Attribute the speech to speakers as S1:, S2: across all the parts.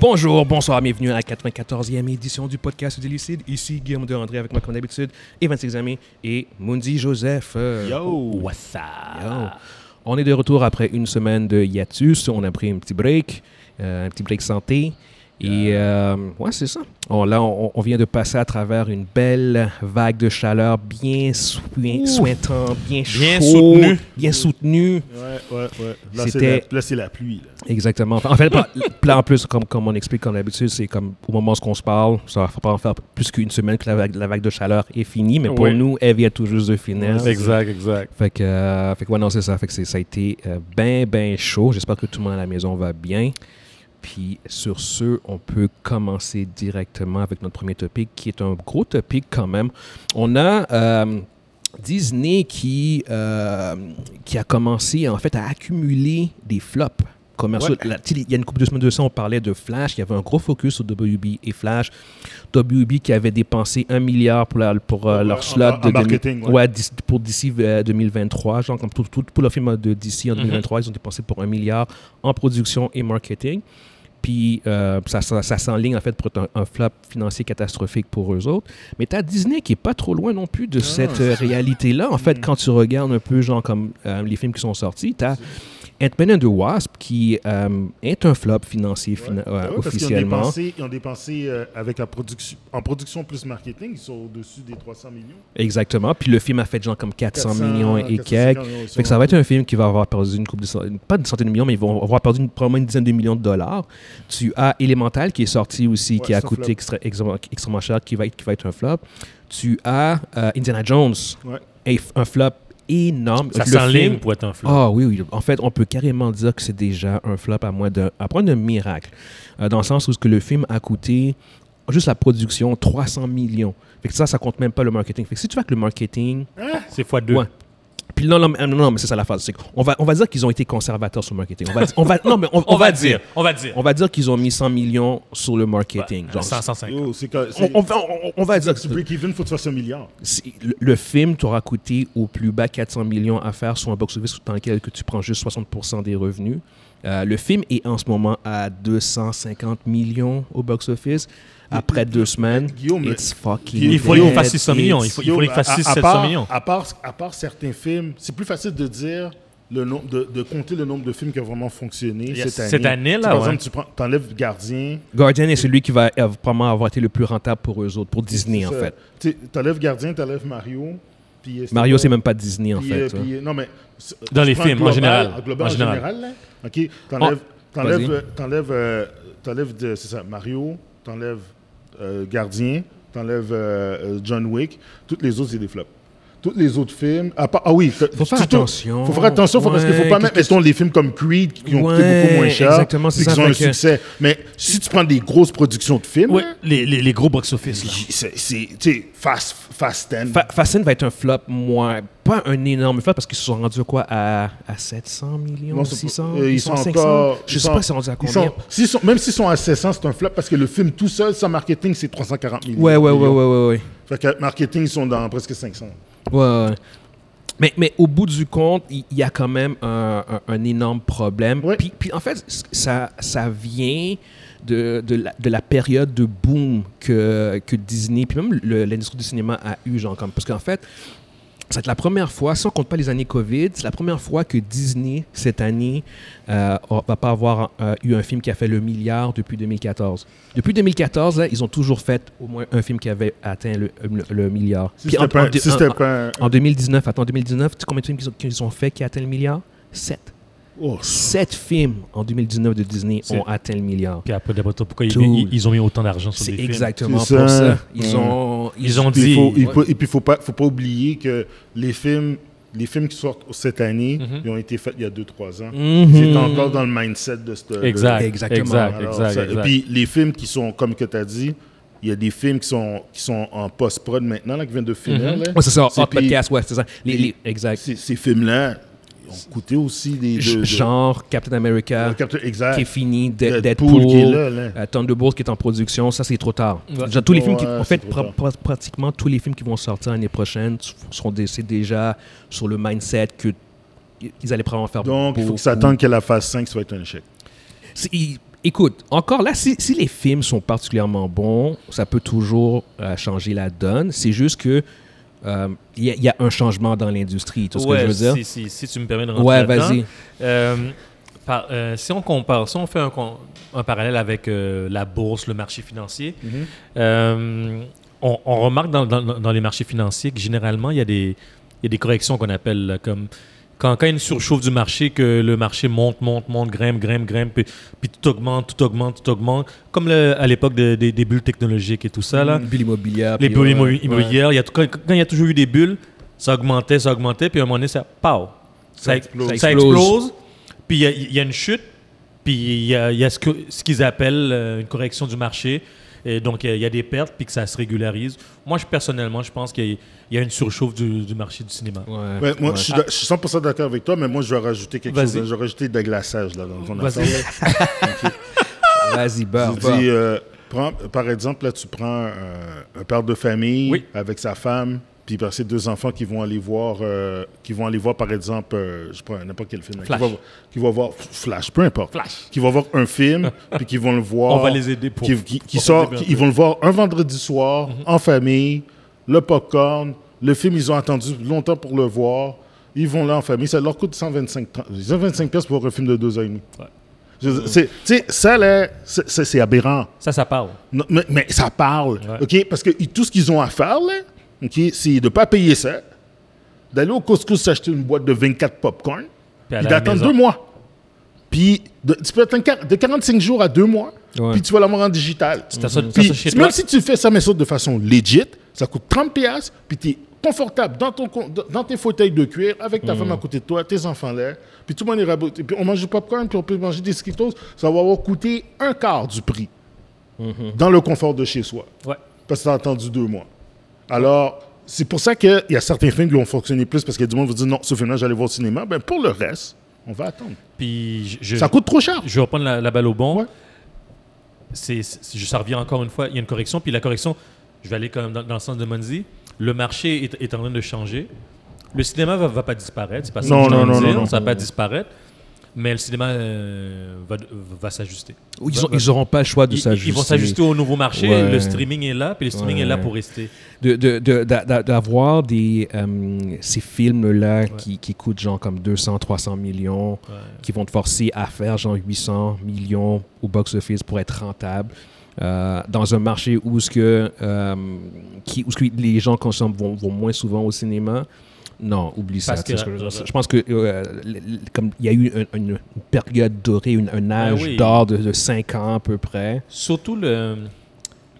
S1: Bonjour, bonsoir, bienvenue à la 94e édition du podcast des Lucides. Ici Guillaume de André avec moi comme d'habitude et 26 amis et Mundi Joseph. Euh,
S2: Yo!
S1: what's up? Yo. On est de retour après une semaine de hiatus. On a pris un petit break, euh, un petit break santé. Et euh, ouais, c'est ça. On, là, on, on vient de passer à travers une belle vague de chaleur bien soin, sointant, bien,
S2: Bien
S1: chaud,
S2: soutenue.
S1: bien soutenue.
S2: Ouais, ouais, ouais. Là,
S1: C'était-
S2: c'est la, là, c'est la pluie. Là.
S1: Exactement. En fait, pa- là, en plus, comme, comme on explique comme d'habitude, c'est comme au moment où on se parle, ça va pas en faire plus qu'une semaine que la vague, la vague de chaleur est finie, mais pour
S2: Oui.
S1: nous, elle vient tout juste de finir.
S2: Exact, exact.
S1: Fait que, euh, fait que ouais, non, c'est ça. Fait que c'est- ça a été bien, bien chaud. J'espère que tout le monde à la maison va bien. Puis sur ce, on peut commencer directement avec notre premier topic, qui est un gros topic quand même. On a euh, Disney qui, euh, qui a commencé en fait à accumuler des flops. commerciaux.
S2: Ouais.
S1: La- tu sais, il y a une couple de semaines de ça, on parlait de Flash. Il y avait un gros focus sur WB et Flash. WB qui avait dépensé un milliard pour, la- pour euh,
S2: Ouais,
S1: leur
S2: en-
S1: slot
S2: en
S1: de demi-
S2: marketing, ouais.
S1: ouais, d'ici- pour d'ici euh, 2023. Genre, comme tout, tout- pour le film de DC
S2: Mhm.
S1: en 2023, ils ont dépensé pour un milliard en production et marketing. Puis euh, ça, ça, ça s'enligne en fait pour un, un flop financier catastrophique pour eux autres. Mais t'as Disney qui est pas trop loin non plus de
S2: Ah,
S1: cette euh, réalité-là. En
S2: Mhm.
S1: fait, quand tu regardes un peu genre comme euh, les films qui sont sortis, t'as Ant-Man and the Wasp qui euh, est un flop financier fina-
S2: Ouais.
S1: euh,
S2: Ouais, parce qu'ils ont
S1: officiellement.
S2: dépensé, ils ont dépensé euh, avec la production, en production plus marketing, ils sont au-dessus des 300 millions.
S1: Exactement. Puis le film a fait genre comme 400,
S2: 400,
S1: millions et
S2: 450
S1: quelques.
S2: millions, ils
S1: Fait que
S2: sont-
S1: ça va être un film qui va avoir perdu une couple de centaines, pas une centaine de millions, mais ils vont avoir perdu une- probablement une dizaine de millions de dollars. Tu as Elemental qui est sorti aussi, qui
S2: Ouais,
S1: a
S2: c'est un
S1: coûté
S2: flop.
S1: extra- extra- extrêmement cher, qui va, être, qui va être un flop. Tu as euh, Indiana Jones,
S2: Ouais.
S1: et f- un flop énorme.
S3: Ça
S1: Le
S3: s'enligne
S1: film-
S3: pour être un flop.
S1: ah oui, oui. En fait, on peut carrément dire que c'est déjà un flop à moins d'un, à moins d'un miracle. Euh, dans le sens où ce que le film a coûté, juste la production, 300 millions. Fait que ça, ça compte même pas le marketing. Fait que si tu vois que le marketing,
S3: C'est fois deux.
S1: Ouais. puis non, non, mais- non, non, mais c'est ça la phase. on, va, on va dire qu'ils ont été conservateurs sur le marketing. On va, on va, non, mais on, on va dire.
S3: On va dire.
S1: On va dire qu'ils ont mis 100 millions sur le marketing. Genre,
S3: 100, 105.
S2: Yo, c'est que-
S1: on,
S2: c'est-
S1: on va- on- on va dire que
S2: Tu break even, faut que tu fasses un milliard.
S1: c'est- le, le film t'aura coûté au plus bas 400 millions à faire sur un box-office dans lequel que tu prends juste 60% des revenus. Euh, le film est en ce moment à 250 millions au box-office. Après deux semaines,
S2: Guillaume,
S1: it's fucking
S2: Guillaume,
S3: Il faut qu'il
S1: dead.
S3: fasse 600 millions.
S1: It's-
S3: Il faut il faut
S2: Yo,
S3: qu'il fasse
S2: à- à-
S3: 6
S2: à
S3: 700
S2: part-
S3: millions.
S2: À part, à part certains films, c'est plus facile de dire le nombre de, de compter le nombre de films qui ont vraiment fonctionné
S3: Yes,
S2: cette année.
S3: cette année,
S2: Tu-
S3: là,
S2: par
S3: ouais.
S2: exemple, tu prends, t'enlèves Gardien.
S1: Guardian est celui qui va euh, probablement avoir été le plus rentable pour eux autres, pour Disney en
S2: ça.
S1: fait.
S2: Tu- T'enlèves Gardien, t'enlèves Mario. puis, euh,
S1: Mario,
S2: pas-
S1: c'est même pas Disney en
S2: Puis,
S1: fait.
S2: euh,
S1: ça.
S2: puis, euh, non, mais, c-
S3: Dans
S2: tu
S3: les
S2: prends
S3: films, en
S2: global,
S3: général.
S2: global,
S3: En
S2: en
S3: général.
S2: général. là. OK. T'enlèves, t'enlèves,
S1: Oh, vas-y.
S2: euh, t'enlèves, euh, t'enlèves de- c'est ça, Mario, t'enlèves euh, Gardien, t'enlèves euh, euh, John Wick. Toutes les autres, c'est des flops. Tous les autres films. à part- ah oui, faut
S1: faire attention.
S2: Faut faire attention faut- parce qu'il faut
S1: Ouais,
S2: pas mettre. Mettons les films comme Creed qui ont coûté
S1: Ouais,
S2: beaucoup moins cher.
S1: exactement, c'est
S2: puis
S1: ça,
S2: Qui ont un
S1: fait que-
S2: succès. Mais si tu prends des grosses productions de films,
S3: Ouais, les, les, les gros box-office, là.
S2: c'est. c'est- Tu sais, Fast, fast Ten.
S1: Fa- Fast and va être un flop, moins, pas un énorme flop parce qu'ils se sont rendus quoi à, à 700 millions,
S2: Non, c'est pas-
S1: 600,
S2: euh, ils sont
S1: 500.
S2: encore.
S1: Je sais pas si c'est rendu à
S2: ils
S1: combien.
S2: sont- s'ils sont- même s'ils sont à 600, c'est un flop parce que le film tout seul, sans marketing, c'est 340 millions.
S1: Ouais, ouais, ouais, ouais, ouais, ouais.
S2: Fait que marketing, ils sont dans presque 500.
S1: Ouais, ouais. Mais, mais au bout du compte, il il y, a quand même un, un- un énorme problème.
S2: Ouais.
S1: Puis, puis en fait, c- ça, ça vient de, de, la, de la période de boom que, que Disney, puis même le- l'industrie du cinéma a eu, genre comme. Parce qu'en fait, c'est la première fois, si on compte pas les années COVID, c'est la première fois que Disney, cette année, euh, a- va pas avoir euh, eu un film qui a fait le milliard depuis 2014. Depuis 2014, là, ils ont toujours fait au moins un film qui avait atteint le, le- le milliard.
S2: Si
S1: Puis
S2: c'était
S1: en-
S2: pas,
S1: en-
S2: si
S1: en-
S2: c'était
S1: en-
S2: pas un-
S1: en 2019, attends, 2019, tu sais combien de films qu'ils ont, qu'ils ont fait qui a atteint le milliard Sept.
S2: Oh,
S1: Sept films en 2019 de Disney
S3: C'est-
S1: ont atteint le milliard.
S3: Puis après, d'après toi, pourquoi ils,
S1: Dude.
S3: ils- ils ont mis autant d'argent sur
S1: C'est
S3: des
S1: exactement
S2: C'est
S1: pour
S2: ça.
S1: ça. Ils
S2: Mm.
S1: ont.
S3: Ils ont
S2: Puis
S3: dit-
S2: il faut- il
S1: Ouais.
S2: faut- et puis, il faut pas, faut pas oublier que les films, les films qui sortent cette année,
S1: Mm-hmm.
S2: ils ont été faits il y a 2-3 ans.
S1: Mhm.
S2: C'est encore dans le mindset de ce.
S3: films? Exact.
S1: Exactement.
S3: Exactement. Exact,
S2: Alors,
S3: exact,
S2: ça-
S3: exact.
S2: Puis les films qui sont, comme que tu as dit, il y a des films qui sont, qui sont en post-prod maintenant, là, qui viennent de finir. là.
S1: Mhm. Ouais, c'est ça, hot
S2: puis-
S1: podcast, ouais, c'est ça. Les, les- exact.
S2: ces, ces films-là ont coûté aussi des.
S1: Ch-
S2: de- de-
S1: Genre Captain America.
S2: de Captain- exact.
S1: qui est fini, De- Deadpool,
S2: Deadpool qui est là, là.
S1: euh, Thunderbolts qui est en production, ça c'est trop tard. Déjà, tous les films qui,
S2: Ouais,
S1: en
S2: c'est
S1: fait,
S2: trop
S1: pra- pra- pratiquement tous les films qui vont sortir l'année prochaine s- seront dé- c'est déjà sur le mindset que ils allaient probablement faire.
S2: Donc, il faut
S1: beaucoup.
S2: qu'ils s'attendent que la phase 5 soit un échec.
S1: C'est- il- écoute, encore là, si, si les films sont particulièrement bons, ça peut toujours euh, changer la donne. C'est juste que euh, il y, a- il y a un changement dans l'industrie, tout ce
S3: Ouais,
S1: que je veux dire.
S3: Si, si, si tu me permets de rentrer
S1: Ouais,
S3: là-dedans.
S1: vas-y.
S3: Euh, par- euh, si on compare, si on fait un, con- un parallèle avec euh, la bourse, le marché financier, euh, on, on remarque dans, dans- dans les marchés financiers que généralement, il y a des, il y a des corrections qu'on appelle là, comme quand, quand il y a une surchauffe du marché, que le marché monte, monte, monte, grimpe, grimpe, grimpe, puis, puis tout augmente, tout augmente, tout augmente, comme le- à l'époque des- des- des bulles technologiques et tout ça. Là.
S1: Les bulles immobilières.
S3: Les
S1: puis,
S3: bulles
S1: ouais,
S3: immo-
S1: ouais.
S3: immobilières, il y a, tout- quand quand il y a toujours eu des bulles, ça augmentait, ça augmentait, puis à un moment donné, ça, pow, ça,
S2: Ça
S3: ex-
S2: explose.
S3: ça
S1: Ça
S3: explose.
S1: explose.
S3: Puis il y a- il y, a une chute, puis il y a, il y a ce que- ce qu'ils appellent euh, une correction du marché. Et donc, il y a- il y, a des pertes, puis que ça se régularise. Moi, je, personnellement, je pense qu'il y, a- il y a une surchauffe du, du marché du cinéma.
S1: Ouais,
S2: Ouais, moi,
S1: ouais.
S2: je, suis d'a- je suis 100% d'accord avec toi, mais moi, je vais rajouter quelque chose.
S3: Vas-y.
S2: hein. Je vais rajouter de glaçage là, dans ton
S3: Vas-y.
S2: affaire.
S1: Vas-y, beurre,
S2: Tu
S1: beurre.
S2: dis, euh, prends- par exemple, là, tu prends euh, un père de famille
S3: Oui.
S2: avec sa femme, puis par ses deux enfants qui vont aller voir, euh, qui vont aller voir, par exemple, euh, je prends n'importe quel film, là,
S3: Flash.
S2: Qui, va, qui va voir F- Flash, peu importe,
S3: Flash.
S2: qui va voir un film, puis qui vont le voir.
S3: On va les aider pour-
S2: Oh. Qui, qui- qui
S3: pour Mhm.
S2: sort,
S3: aider un
S2: qui-
S3: peu.
S2: ils vont le voir un vendredi soir en famille, le popcorn, le film ils ont attendu longtemps pour le voir. Ils vont là en famille, ça leur coûte 125 tra- 125 pièces pour un film de deux ans et demi. Je veux dire, c'est- tu sais, ça, là, c'est- c'est c'est aberrant.
S3: Ça, ça part.
S2: Non, mais, mais ça parle.
S3: Ouais.
S2: OK? Parce que i- tout ce qu'ils ont à faire, là, OK, c'est de ne pas payer ça, d'aller au Costco s'acheter une boîte de 24 popcorn,
S3: Puis à
S2: puis
S3: la
S2: d'attendre
S3: maison.
S2: deux mois. Puis de- tu peux attendre quar- de 45 jours à deux mois,
S1: Ouais.
S2: puis tu vas l'avoir en digital.
S3: t'assois-
S2: Puis
S3: t'assois chez
S2: même
S3: toi.
S2: si tu fais ça, mais ça de façon legit, ça coûte 30$, piastres, puis tu es confortable dans, ton, con- dans- dans tes fauteuils de cuir, avec
S3: Mm.
S2: ta femme à côté de toi, tes enfants là, puis tout le monde est raboté. Puis on mange du popcorn, puis on peut manger des Skittles, ça va avoir coûté un quart du prix
S3: Mm-hmm.
S2: dans le confort de chez soi.
S3: Ouais.
S2: Parce que t'as attendu deux mois. Alors, c'est pour ça qu'il y a certains films qui ont fonctionné plus parce que du monde vous dit non, ce film-là, j'allais voir au cinéma. Ben, pour le reste, on va attendre.
S3: Puis je- je,
S2: Ça coûte trop cher.
S3: je vais reprendre la, la balle au bon.
S2: Ouais.
S3: C'est, c'est- je- ça revient encore une fois, il y a une correction. Puis la correction, je vais aller quand même dans, dans le sens de Monzi. Le marché est, est en train de changer. Le cinéma va, va pas disparaître. C'est pas ça
S2: Non,
S3: que je
S2: non,
S3: veux
S2: non,
S3: dire,
S2: non, non.
S3: Ça va pas disparaître. Mais le cinéma euh, va, va s'ajuster.
S1: Ils ont- Ils n'auront pas le choix de
S3: Ils,
S1: s'ajuster.
S3: ils vont s'ajuster au nouveau marché.
S1: Ouais.
S3: Le streaming est là, puis le streaming
S1: Ouais.
S3: est là pour rester.
S1: de- de- de- d'a- d'a- d'avoir des euh, ces films là qui, qui coûtent genre comme 200 300 millions qui vont te forcer à faire genre 800 millions au box office pour être rentable euh, dans un marché où ce que euh, qui où ce que les gens consomment vont, vont moins souvent au cinéma non, oublie
S3: Parce
S1: ça.
S3: que-
S1: tu sais ce que je veux dire. je pense que euh, le- le- comme il y a eu un- une, une période dorée, une- un âge
S3: Ah oui.
S1: d'or de, de 5 ans à peu près.
S3: Surtout le,